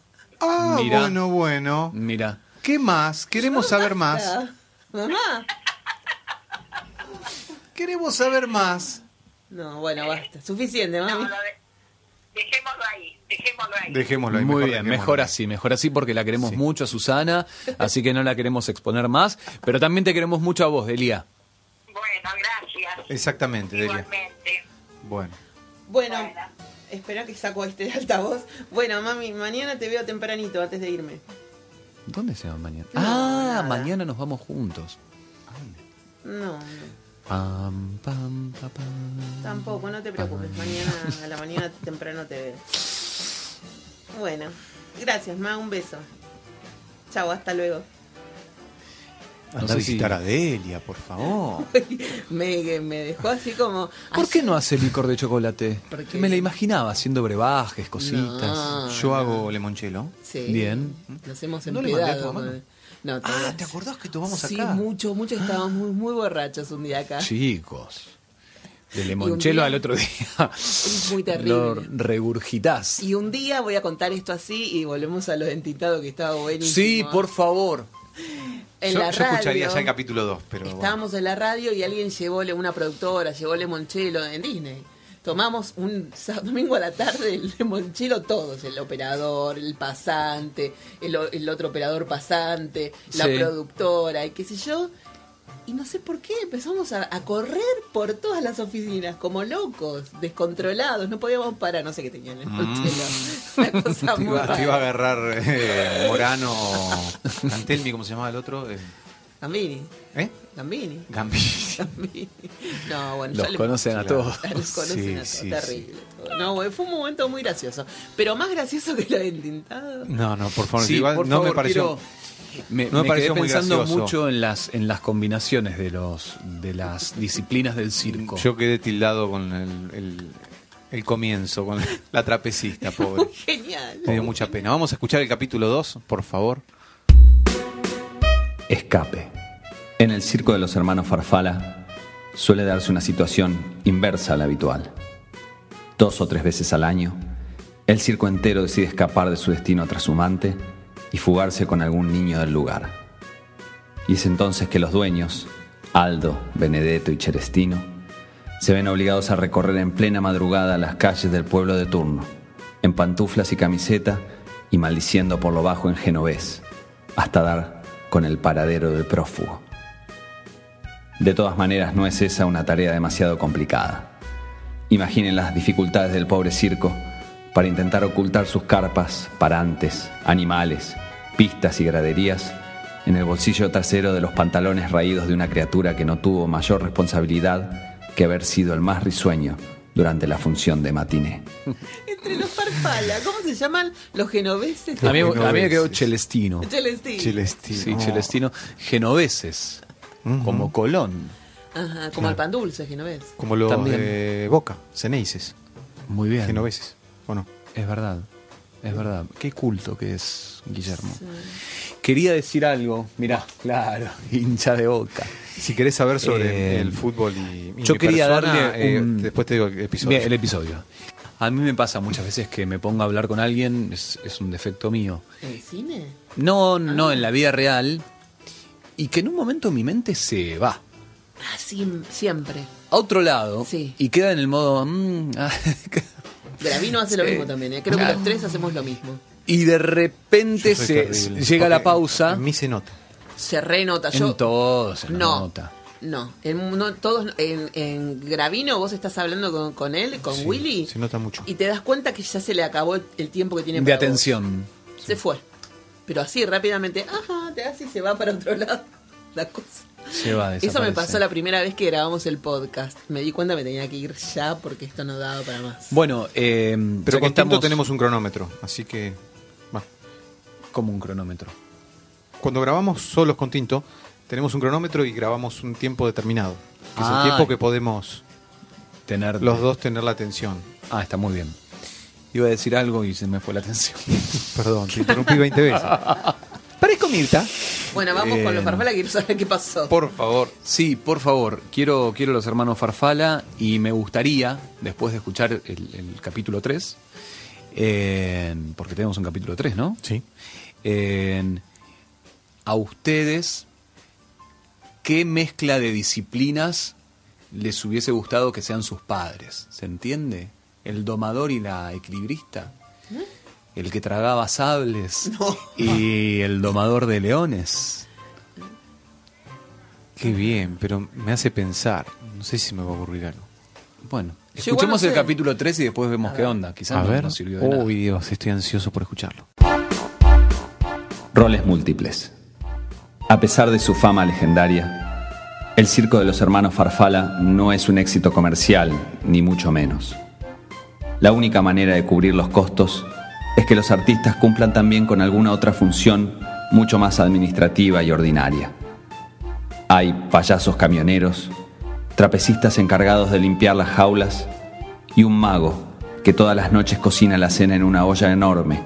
J: Ah,
G: Mira.
J: bueno, bueno.
G: Mira.
J: ¿Qué más? Queremos saber más.
B: Mamá.
J: Queremos saber más.
B: No, bueno, basta. Suficiente, mami.
O: Dejémoslo ahí, dejémoslo ahí.
J: Dejémoslo ahí.
G: Muy
J: mejor
G: bien,
J: dejémoslo.
G: mejor así, mejor así porque la queremos mucho a Susana, así que no la queremos exponer más, pero también te queremos mucho a vos, Delia.
O: Bueno, gracias.
J: Exactamente, Delia.
O: Igualmente.
J: Bueno.
B: Bueno, espera que saco este de altavoz. Bueno, mami, mañana te veo tempranito antes de irme.
G: ¿Dónde se van mañana? ah, mañana nos vamos juntos.
B: No, no,
G: Pam, pam, pa, pam.
B: tampoco, no te preocupes. Mañana a la mañana temprano te veo. Bueno, gracias, ma, un beso. Chao, hasta luego.
J: Anda
G: sé
J: a
G: si-
J: visitar a Delia, por favor.
B: Me, me dejó así como.
G: ¿Por qué no hace licor de chocolate?
B: Porque-
G: Me la imaginaba haciendo brebajes, cositas.
B: No,
J: [LAUGHS] Yo hago limonchelo.
B: Sí.
G: Bien.
B: Nos hemos
J: ¿No le mandé a tu
B: empedado.
J: mamá?
B: con- No,
J: Ah, ¿te acordás que tomamos
B: sí,
J: acá?
B: mucho, mucho. Estábamos muy, muy borrachos un día acá.
G: Chicos. De limonchelo
B: día-
G: al otro día.
B: Es muy terrible.
G: Lo regurgitas.
B: Y un día voy a contar esto así y volvemos a lo dentitado que estaba buenísimo.
G: Sí, por favor.
B: En
J: yo
B: la
J: yo escucharía
B: radio,
J: ya el capítulo 2, pero bueno.
B: Estábamos en la radio y alguien llevóle una productora, llevóle monchelo en Disney. Tomamos un sá- domingo a la tarde el limonchelo todos, el operador, el pasante, el, o- el otro operador pasante, la
G: Sí.
B: productora y qué sé yo. Y no sé por qué empezamos a, a correr por todas las oficinas, como locos, descontrolados, no podíamos parar, no sé qué tenían el limonchelo. [LAUGHS] Una cosa
J: Mm. [LAUGHS] Te
B: muy
J: iba, te
B: rara.
J: iba a agarrar eh, Morano, Antelmi, ¿cómo se llamaba el otro? Eh,
B: Gambini,
J: ¿Eh?
B: Gambini. [LAUGHS]
J: Gambini.
B: No, bueno,
G: Los
B: ya
G: conocen a
B: Claro.
G: todos.
B: Los conocen a todos,
J: Sí, sí,
B: terrible. todo. No, bueno, fue un momento muy gracioso. Pero más gracioso que lo de entintado.
J: No, no, por favor,
G: Sí,
J: igual
G: por
J: no me
G: favor,
J: pareció.
G: quiero- Me,
J: no me
G: me
J: pareció
G: quedé
J: muy
G: pensando
J: gracioso.
G: mucho en las en las combinaciones de los de las disciplinas del circo.
J: Yo quedé tildado con el, el- el comienzo, con la trapecista, pobre.
B: [LAUGHS] Genial.
J: Me dio mucha pena. Vamos a escuchar el capítulo 2, por favor.
P: Escape. En el circo de los hermanos Farfala suele darse una situación inversa a la habitual. Dos o tres veces al año, el circo entero decide escapar de su destino trashumante y fugarse con algún niño del lugar. Y es entonces que los dueños, Aldo, Benedetto y Cherestino, se ven obligados a recorrer en plena madrugada las calles del pueblo de turno, en pantuflas y camiseta y maldiciendo por lo bajo en genovés, hasta dar con el paradero del prófugo. De todas maneras, no es esa una tarea demasiado complicada. Imaginen las dificultades del pobre circo para intentar ocultar sus carpas, parantes, animales, pistas y graderías en el bolsillo trasero de los pantalones raídos de una criatura que no tuvo mayor responsabilidad que haber sido el más risueño durante la función de matiné.
B: Entre los farfala, ¿cómo se llaman los genoveses?
G: A mí, a mí me quedó Celestino.
B: [LAUGHS] Celestino.
J: Celestino.
G: Sí, Celestino. Genoveses. Como Colón.
B: Ajá, como
J: Claro.
B: el pan dulce genovés.
J: Como los
G: También.
J: de Boca, Ceneices. Muy bien.
A: genoveses, ¿o no?
J: Es verdad, es verdad. Qué culto que es Guillermo. Quería decir algo, mirá, claro, hincha de boca.
A: Si querés saber sobre
J: Eh,
A: el fútbol y, y
J: yo
A: mi
J: quería
A: persona,
J: darle
A: eh,
J: un-
A: después te digo el episodio.
J: Bien, el episodio. A mí me pasa muchas veces que me pongo a hablar con alguien, es, es un defecto mío.
B: ¿El cine?
J: No, no, en la vida real. Y que en un momento mi mente se va
B: Ah, sí, siempre.
J: a otro lado y queda en el modo... mm, ah,
B: Gravino hace lo
J: Sí.
B: mismo también, ¿eh? creo que
J: Claro.
B: los tres hacemos lo mismo.
J: y de repente
A: Yo soy
J: se,
A: terrible.
J: llega la
A: Porque
J: pausa.
A: en mí se nota.
B: Se renota. Yo,
J: En todos, en la
B: No.
J: nota.
B: No, en, no, todos, no. en, en Gravino vos estás hablando con, con él, con
A: Sí,
B: Willy,
A: Se nota mucho.
B: y te das cuenta que ya se le acabó el- el tiempo que tiene
J: De
B: para vos.
J: atención.
B: Se fue. Pero así rápidamente, ajá, te das y se va para otro [LAUGHS] lado. La cosa.
J: Se va,
B: Eso me
J: desaparece.
B: pasó la primera vez que grabamos el podcast. Me di cuenta que tenía que ir ya porque esto no daba para más.
J: Bueno, eh,
A: Pero
J: ya que
A: con Tinto
J: estamos
A: tenemos un cronómetro, así que va.
J: como un cronómetro.
A: Cuando grabamos solos con Tinto, tenemos un cronómetro y grabamos un tiempo determinado. Que es
J: Ah.
A: el tiempo que podemos
J: Tener
A: los dos tener la atención.
J: Ah, está muy bien. Iba a decir algo y se me fue la [LAUGHS] atención.
A: Perdón, te interrumpí 20
J: [LAUGHS]
A: veces. Parezco Mirta.
B: Bueno, vamos con los
J: Eh,
B: farfala, quiero saber qué pasó.
A: Por favor.
J: Sí, por favor. Quiero, quiero los hermanos Farfala y me gustaría, después de escuchar el, el capítulo 3, eh, porque tenemos un capítulo 3, ¿no?
A: Sí.
J: Eh, a ustedes, ¿qué mezcla de disciplinas les hubiese gustado que sean sus padres? ¿Se entiende? El domador y la equilibrista. El que tragaba sables y el domador de leones.
A: Qué bien, pero me hace pensar. No sé si me va a ocurrir algo.
J: Bueno,
A: Yo
J: escuchemos
A: igual no sé.
J: el capítulo 3 y después vemos qué onda. Quizás
A: A
J: no
A: ver.
J: nos sirvió de
A: Uy,
J: nada.
A: Dios, estoy ansioso por escucharlo.
G: Roles múltiples. A pesar de su fama legendaria, el circo de los hermanos Farfala no es un éxito comercial, ni mucho menos. La única manera de cubrir los costos es que los artistas cumplan también con alguna otra función mucho más administrativa y ordinaria. Hay payasos camioneros, trapecistas encargados de limpiar las jaulas y un mago que todas las noches cocina la cena en una olla enorme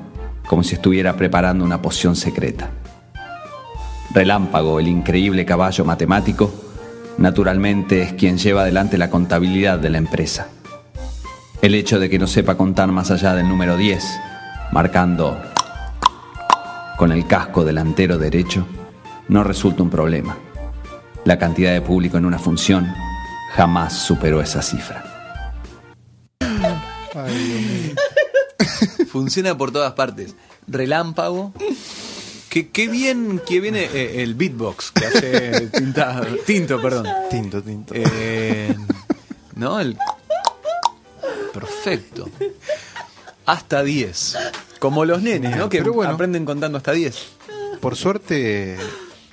G: como si estuviera preparando una poción secreta. Relámpago, el increíble caballo matemático, naturalmente es quien lleva adelante la contabilidad de la empresa. El hecho de que no sepa contar más allá del número 10, marcando con el casco delantero derecho, no resulta un problema. La cantidad de público en una función jamás superó esa cifra.
J: Funciona por todas partes. Relámpago. Qué, qué bien que viene eh, el beatbox que hace tinta- Tinto, perdón.
A: Tinto, tinto.
J: Eh, ¿No? El... Perfecto. Hasta 10. Como los nenes, ¿no? Que
A: Pero bueno.
J: aprenden contando hasta 10.
A: Por suerte,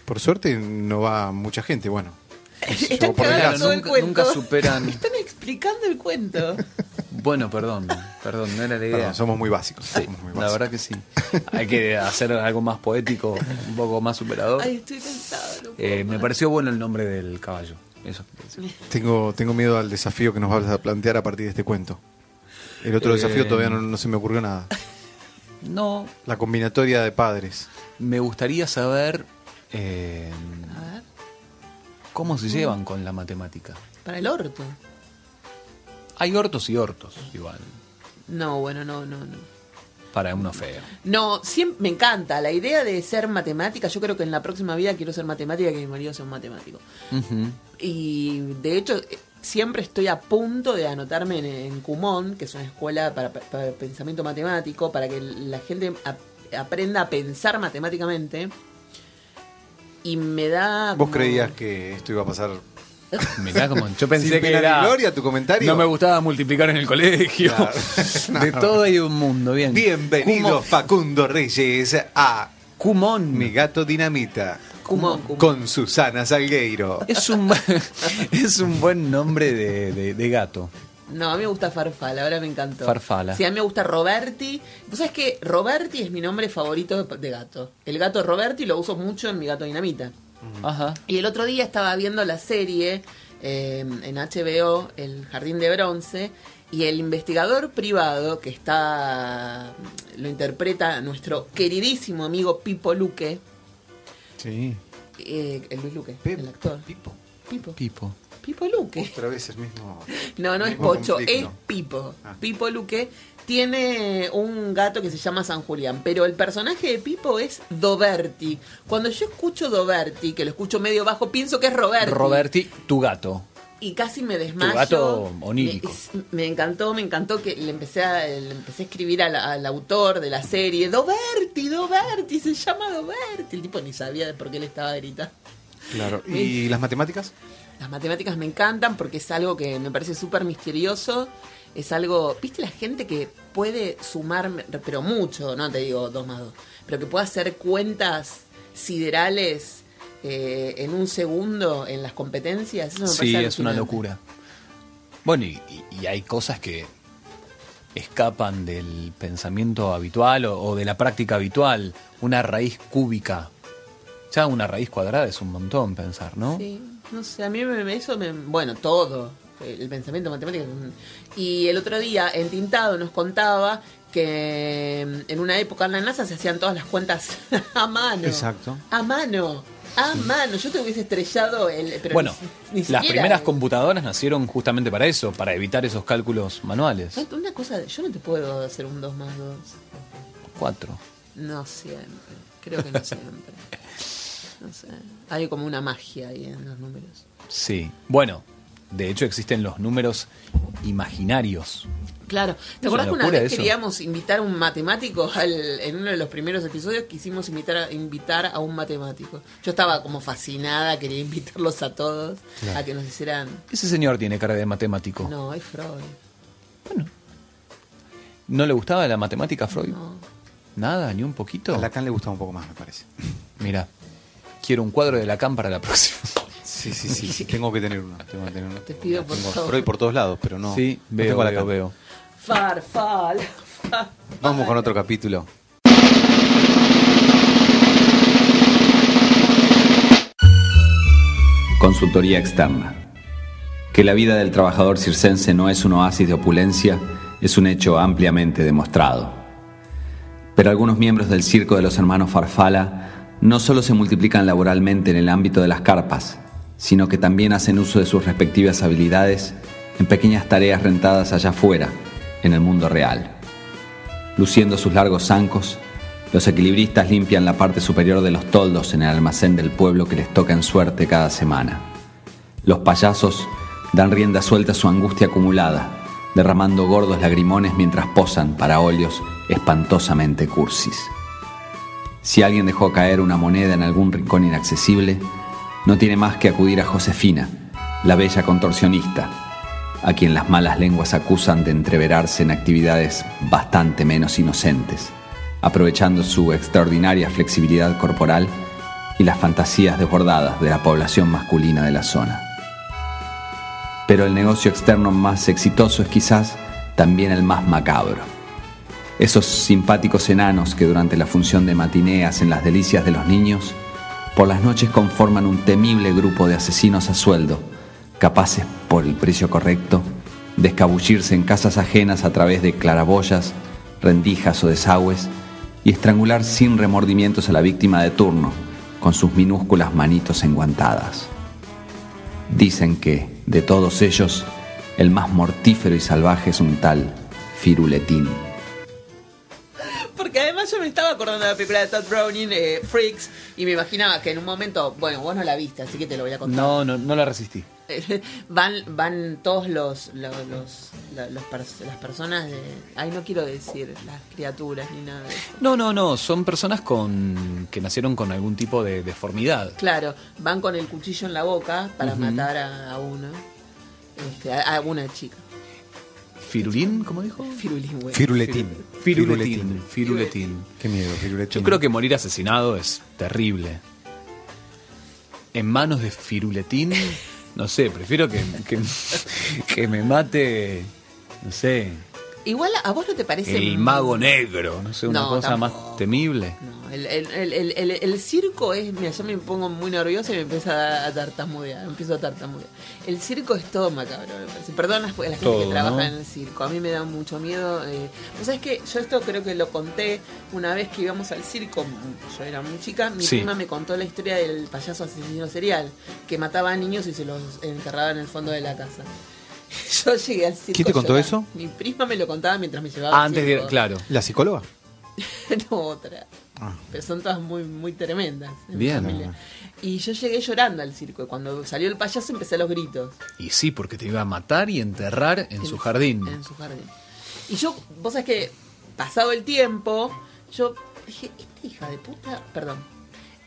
A: por suerte no va mucha gente, bueno.
B: [LAUGHS] Están
A: Llegó por
B: cagando
A: delante.
B: todo el
J: Nunca-
B: cuento.
J: nunca
B: [LAUGHS]
J: superan.
B: Están explicando el
J: [LAUGHS]
B: cuento.
J: Bueno, perdón, perdón, no era la idea.
A: Perdón, somos muy básicos.
J: Sí,
A: somos muy
J: la
A: básicos.
J: verdad que sí. [LAUGHS] Hay que hacer algo más poético, un poco más superador.
B: Ay, estoy cansado. no puedo
J: Eh, me
B: más.
J: pareció bueno el nombre del caballo. Eso quiero decir.
A: Tengo, tengo miedo al desafío que nos vas a plantear a partir de este cuento. El otro
J: Eh,
A: desafío todavía no, no se me ocurrió nada.
J: No,
A: La combinatoria de padres.
J: me gustaría saber eh, cómo se llevan con la matemática.
B: Para el orto.
J: Hay hortos y hortos, igual,
B: No, bueno, no, no, no.
J: para uno feo.
B: No, siempre, me encanta la idea de ser matemática. Yo creo que en la próxima vida quiero ser matemática, que mi marido sea un matemático.
J: Ujú.
B: Y de hecho, eh, siempre estoy a punto de anotarme en, en Kumon, que es una escuela para, para pensamiento matemático, para que la gente ap- aprenda a pensar matemáticamente. Y me da.
A: ¿Vos
B: como-
A: creías que esto iba a pasar?
J: Mirá como- yo pensé
A: Sin
J: que
A: pena ni
J: era-
A: gloria tu comentario.
J: No me gustaba multiplicar en el colegio.
A: Claro.
J: [LAUGHS] De todo hay un mundo, bien.
A: Bienvenido
J: Kumo-
A: Facundo Reyes a
J: Kumon.
A: Mi gato dinamita.
B: Kumon, Kumon.
A: Con Susana Salgueiro.
J: Es un, [LAUGHS] es un buen nombre de, de- de gato.
B: No, a mí me gusta Farfala, ahora me encantó.
J: Farfala.
B: Sí, a mí me gusta Roberti. ¿Vos sabés que Roberti es mi nombre favorito de, de gato? El gato Roberti lo uso mucho en mi gato dinamita.
J: Ajá.
B: Y el otro em, día estaba viendo la serie eh, en HBO, El Jardín de Bronce, Y el investigador privado que está. lo interpreta nuestro queridísimo amigo Pipo Luque.
A: Sí.
B: eh, el Luis Luque, el actor.
A: Pipo.
B: Pipo.
J: Pipo.
B: Pipo Luque.
A: Otra vez el mismo.
B: No, no es
A: mismo
B: Pocho,
A: conflicto.
B: es Pipo.
A: Ah.
B: Pipo Luque tiene un gato que se llama San Julián, pero el personaje de Pipo es Doberti. Cuando yo escucho Doberti, que lo escucho medio bajo, pienso que es Roberti.
J: Roberti, tu gato.
B: Y casi me
J: Tu
B: desmayo.
J: gato
B: me,
J: onírico.
B: es- me encantó, me encantó que le empecé a, le empecé a escribir al, al autor de la serie, Doberti, Doberti, se llama Doberti. El tipo ni sabía de por qué le estaba gritando.
A: Claro. ¿Y las matemáticas?
B: Las matemáticas me encantan porque es algo que me parece súper misterioso. Es algo, viste la gente que puede sumar, pero mucho, no te digo dos más dos, pero que puede hacer cuentas siderales eh, en un segundo en las competencias. Eso me
J: Sí,
B: parece
J: es una
B: alucinante.
J: locura. Bueno, y, y- y hay cosas que escapan del pensamiento habitual o, o de la práctica habitual. Una raíz cúbica. Ya una raíz cuadrada es un montón pensar, ¿no?
B: Sí, no sé, a mí me- me- eso me... Bueno, todo, eh, el pensamiento matemático. Y el otro día, en Tintado, nos contaba que mm, en una época en la NASA se hacían todas las cuentas [LAUGHS] a mano.
J: Exacto.
B: A mano, a mano. Yo te hubiese estrellado el... Pero
J: bueno,
B: ni- ni
J: las
B: siquiera-
J: primeras computadoras nacieron justamente para eso, para evitar esos cálculos manuales.
B: Una cosa, yo no te puedo hacer un 2 más 2.
J: Cuatro.
B: No siempre. Creo que no
J: [LAUGHS]
B: siempre. No sé. Hay como una magia ahí en los números.
J: Sí. Bueno, de hecho existen los números imaginarios.
B: Claro.
J: Es
B: ¿Te acuerdas
J: una
B: que una
J: locura
B: vez
J: eso.
B: queríamos invitar a un matemático al- en uno de los primeros episodios? Quisimos invitar a, invitar a un matemático. Yo estaba como fascinada, quería invitarlos a todos
J: Claro.
B: a que nos hicieran.
J: Ese señor tiene cara de matemático. ¿No,
B: No, es Freud.
J: le gustaba la matemática a Freud? Nada, ni un poquito.
A: A Lacan le gustaba un poco más, me parece.
J: [LAUGHS] Mira, quiero un cuadro de Lacan para la próxima.
A: Sí, sí, sí. sí, Tengo que tener uno. Tengo que tener uno.
B: Te pido por
A: Tengo
B: favor.
A: Freud por todos lados, pero [LAUGHS] no.
J: Sí,
A: no
J: veo,
A: tengo a
J: veo,
A: Lacan.
J: veo.
B: Farfal.
A: Vamos con otro capítulo.
G: Consultoría externa. Que la vida del trabajador circense no es un oasis de opulencia es un hecho ampliamente demostrado. Pero algunos miembros del circo de los hermanos Farfala no solo se multiplican laboralmente en el ámbito de las carpas, sino que también hacen uso de sus respectivas habilidades en pequeñas tareas rentadas allá afuera, en el mundo real. Luciendo sus largos zancos, los equilibristas limpian la parte superior de los toldos en el almacén del pueblo que les toca en suerte cada semana. Los payasos dan rienda suelta a su angustia acumulada, derramando gordos lagrimones mientras posan para óleos espantosamente cursis. Si alguien dejó caer una moneda en algún rincón inaccesible, no tiene más que acudir a Josefina, la bella contorsionista, a quien las malas lenguas acusan de entreverarse en actividades bastante menos inocentes, aprovechando su extraordinaria flexibilidad corporal y las fantasías desbordadas de la población masculina de la zona. Pero el negocio externo más exitoso es quizás también el más macabro. Esos simpáticos enanos que durante la función de matineas en las delicias de los niños, por las noches conforman un temible grupo de asesinos a sueldo, capaces, por el precio correcto, de escabullirse en casas ajenas a través de claraboyas, rendijas o desagües y estrangular sin remordimientos a la víctima de turno con sus minúsculas manitos enguantadas. Dicen que, de todos ellos, el más mortífero y salvaje es un tal Firuletín.
B: Porque además yo me estaba acordando de la película de Todd Browning, eh, Freaks, y me imaginaba que en un momento, bueno, vos no la viste, así que te lo voy a contar.
J: No, no, no la resistí.
B: van van todos los los, los- la- los pers- las personas de ay no quiero decir las criaturas ni nada de eso.
J: No, no, no, son personas con que nacieron con algún tipo de deformidad.
B: claro van con el cuchillo en la boca para
J: Ujú.
B: matar a, a uno este, a, a una chica
J: ¿Firulín? ¿Cómo dijo?
B: Firulín, güey.
A: Firuletín.
J: Firuletín. Firuletín.
A: Qué miedo, Firuletín.
J: Yo creo que morir asesinado es terrible. En manos de Firuletín, no sé, prefiero que, que- que me mate, no sé,
B: Igual a vos no te parece.
J: El mago negro, no sé, una
B: No,
J: cosa más temible.
B: El, el- el- el- el- el circo es, mira, yo me pongo muy nerviosa y me empieza a tartamudear, empiezo a tartamudear. El circo es todo macabro, me parece. Perdón a las- a la gente
J: Todo,
B: que
J: ¿no?
B: trabaja en el circo, a mí me da mucho miedo. Eh. Vos sabés que yo esto creo que lo conté una vez que íbamos al circo, yo era muy chica, mi
J: Sí.
B: prima me contó la historia del payaso asesino serial, que mataba a niños y se los enterraba en el fondo de la casa. [LAUGHS] Yo llegué al circo.
A: ¿Quién te contó
B: llorando.
A: eso?
B: Mi prima me lo contaba mientras me llevaba. al
J: Ah, Antes de,
B: circo.
J: claro.
A: ¿La psicóloga?
B: [LAUGHS] no otra.
A: Ah.
B: Pero son todas muy, muy tremendas. en mi
J: Bien. Ah.
B: familia. Y yo llegué llorando al circo. y Cuando salió el payaso empecé a los gritos
J: Y sí, porque te iba a matar y enterrar en su jardín.
B: en su jardín. Y yo, vos sabés que pasado el tiempo, yo dije, esta hija de puta, perdón,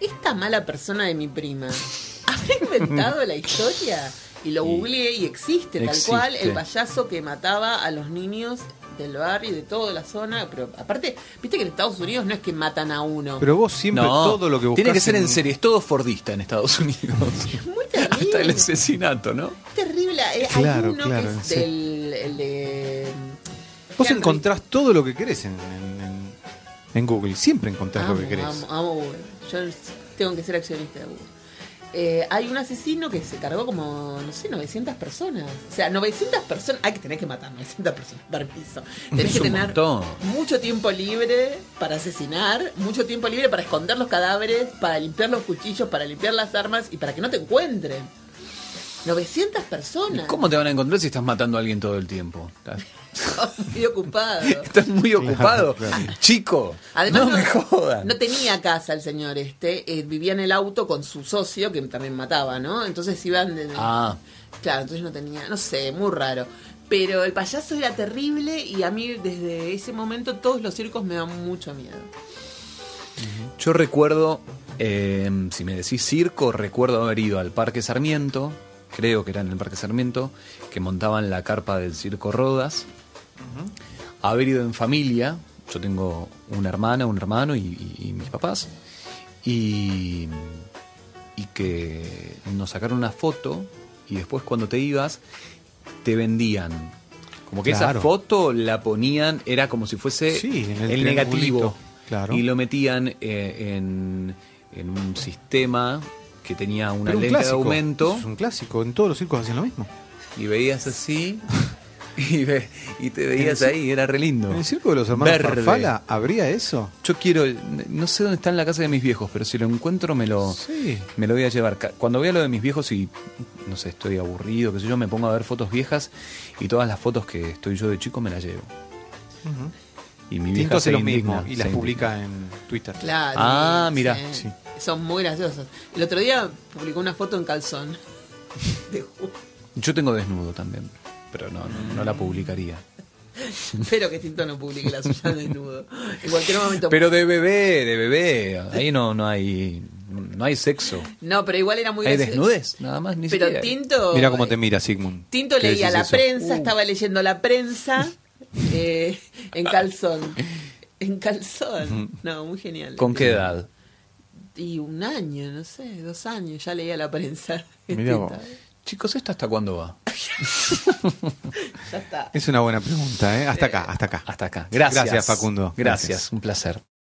B: esta mala persona de mi prima, ¿habrá
J: [LAUGHS]
B: inventado la historia? Y lo googleé y existe, tal
J: Existe.
B: cual el payaso que mataba a los niños del barrio y de toda la zona. Pero aparte, viste que en Estados Unidos no es que matan a uno.
A: Pero vos siempre
J: No,
A: todo lo que buscas.
J: Tiene que ser en series, todo fordista en Estados [LAUGHS] Unidos. [LAUGHS] Hasta el asesinato, ¿no?
B: terrible. eh,
A: Claro,
B: hay uno
A: claro,
B: que es
A: sí.
B: del, el de... mm,
A: Vos encontrás todo lo que querés en, en- en- en Google. Siempre encontrás
B: Amo,
A: lo que querés.
B: amo, amo Google. Yo tengo que ser accionista de Google. Eh, hay un asesino que se cargó como, no sé, 900 personas. O sea, 900 personas. Hay que tener que matar 900 personas, [LAUGHS] permiso. Tenés
J: Es
B: que
J: un
B: tener
J: montón.
B: mucho tiempo libre para asesinar, mucho tiempo libre para esconder los cadáveres, para limpiar los cuchillos, para limpiar las armas y para que no te encuentren. 900 personas.
J: ¿Cómo te van a encontrar si estás matando a alguien todo el tiempo? Estás,
B: [LAUGHS] Muy
J: [LAUGHS]
B: ocupado.
J: estás
A: [LAUGHS]
J: muy ocupado. Chico,
B: Además,
J: no,
B: no,
J: me jodas.
B: no tenía casa el señor este, eh, vivía en el auto con su socio que también mataba, ¿no? Entonces iban de...
J: Ah,
B: Claro, entonces no tenía, no sé, muy raro. Pero el payaso era terrible y a mí desde ese momento todos los circos me dan mucho miedo.
J: yo recuerdo, eh, si me decís circo, recuerdo haber ido al Parque Sarmiento, creo que era en el Parque Sarmiento, que montaban la carpa del Circo Rodas. haber ido en familia. Yo tengo una hermana, un hermano y, y- y mis papás. Y, y que nos sacaron una foto y después cuando te ibas te vendían. Como que
A: Claro.
J: esa foto la ponían, era como si fuese
A: Sí, en el
J: el, negativo.
A: triangulito, claro.
J: Y lo metían eh, en, en un sistema que tenía una
A: Pero un
J: lente de
A: clásico.
J: aumento
A: Eso Es un clásico. En todos los circos hacían lo mismo.
J: y veías así [LAUGHS] y, ve- y te
A: En el
J: veías
A: cir-
J: ahí, era re lindo.
A: ¿En el circo de los hermanos
J: Verde.
A: Farfala habría eso?
J: Yo quiero, no sé dónde está en la casa de mis viejos, pero si lo encuentro me lo,
A: Sí.
J: me lo voy a llevar. Ca- Cuando vea lo de mis viejos y, no sé, estoy aburrido, qué sé yo, me pongo a ver fotos viejas y todas las fotos que estoy yo de chico me las llevo. Y mi
A: Tinto
J: vieja
A: hace
J: se
A: lo
J: indigna,
A: mismo y
J: se
A: las
J: indigna.
A: publica en Twitter.
B: Claro.
J: Ah, mira.
B: sí. Son muy graciosos. El otro día publicó una foto en
J: [LAUGHS]
B: calzón.
J: Yo tengo desnudo también, pero no, no, no la publicaría.
B: Espero que Tinto no publique la suya desnudo. En cualquier momento.
J: Pero de bebé, de bebé, ahí no, no hay no hay sexo.
B: no, pero igual era muy
J: hay
B: gracioso.
J: desnudez, nada más, ni
B: Pero
J: siquiera.
B: Tinto.
A: Mira cómo te mira, Sigmund.
B: Tinto
A: ¿Qué
B: leía
A: decís
B: la
A: eso?
J: Uh.
B: prensa, estaba leyendo la prensa eh,
A: [LAUGHS]
B: en calzón. En calzón. No, muy genial.
J: ¿Con qué edad?
B: Y un año, no sé, dos años, ya leía la prensa.
A: Mirá vos.
J: Chicos, ¿esto hasta cuándo va?
B: Ya está.
A: Es una buena pregunta, ¿eh? Hasta acá, hasta acá.
J: Hasta acá. Gracias.
A: Gracias, Facundo.
J: Gracias, un placer.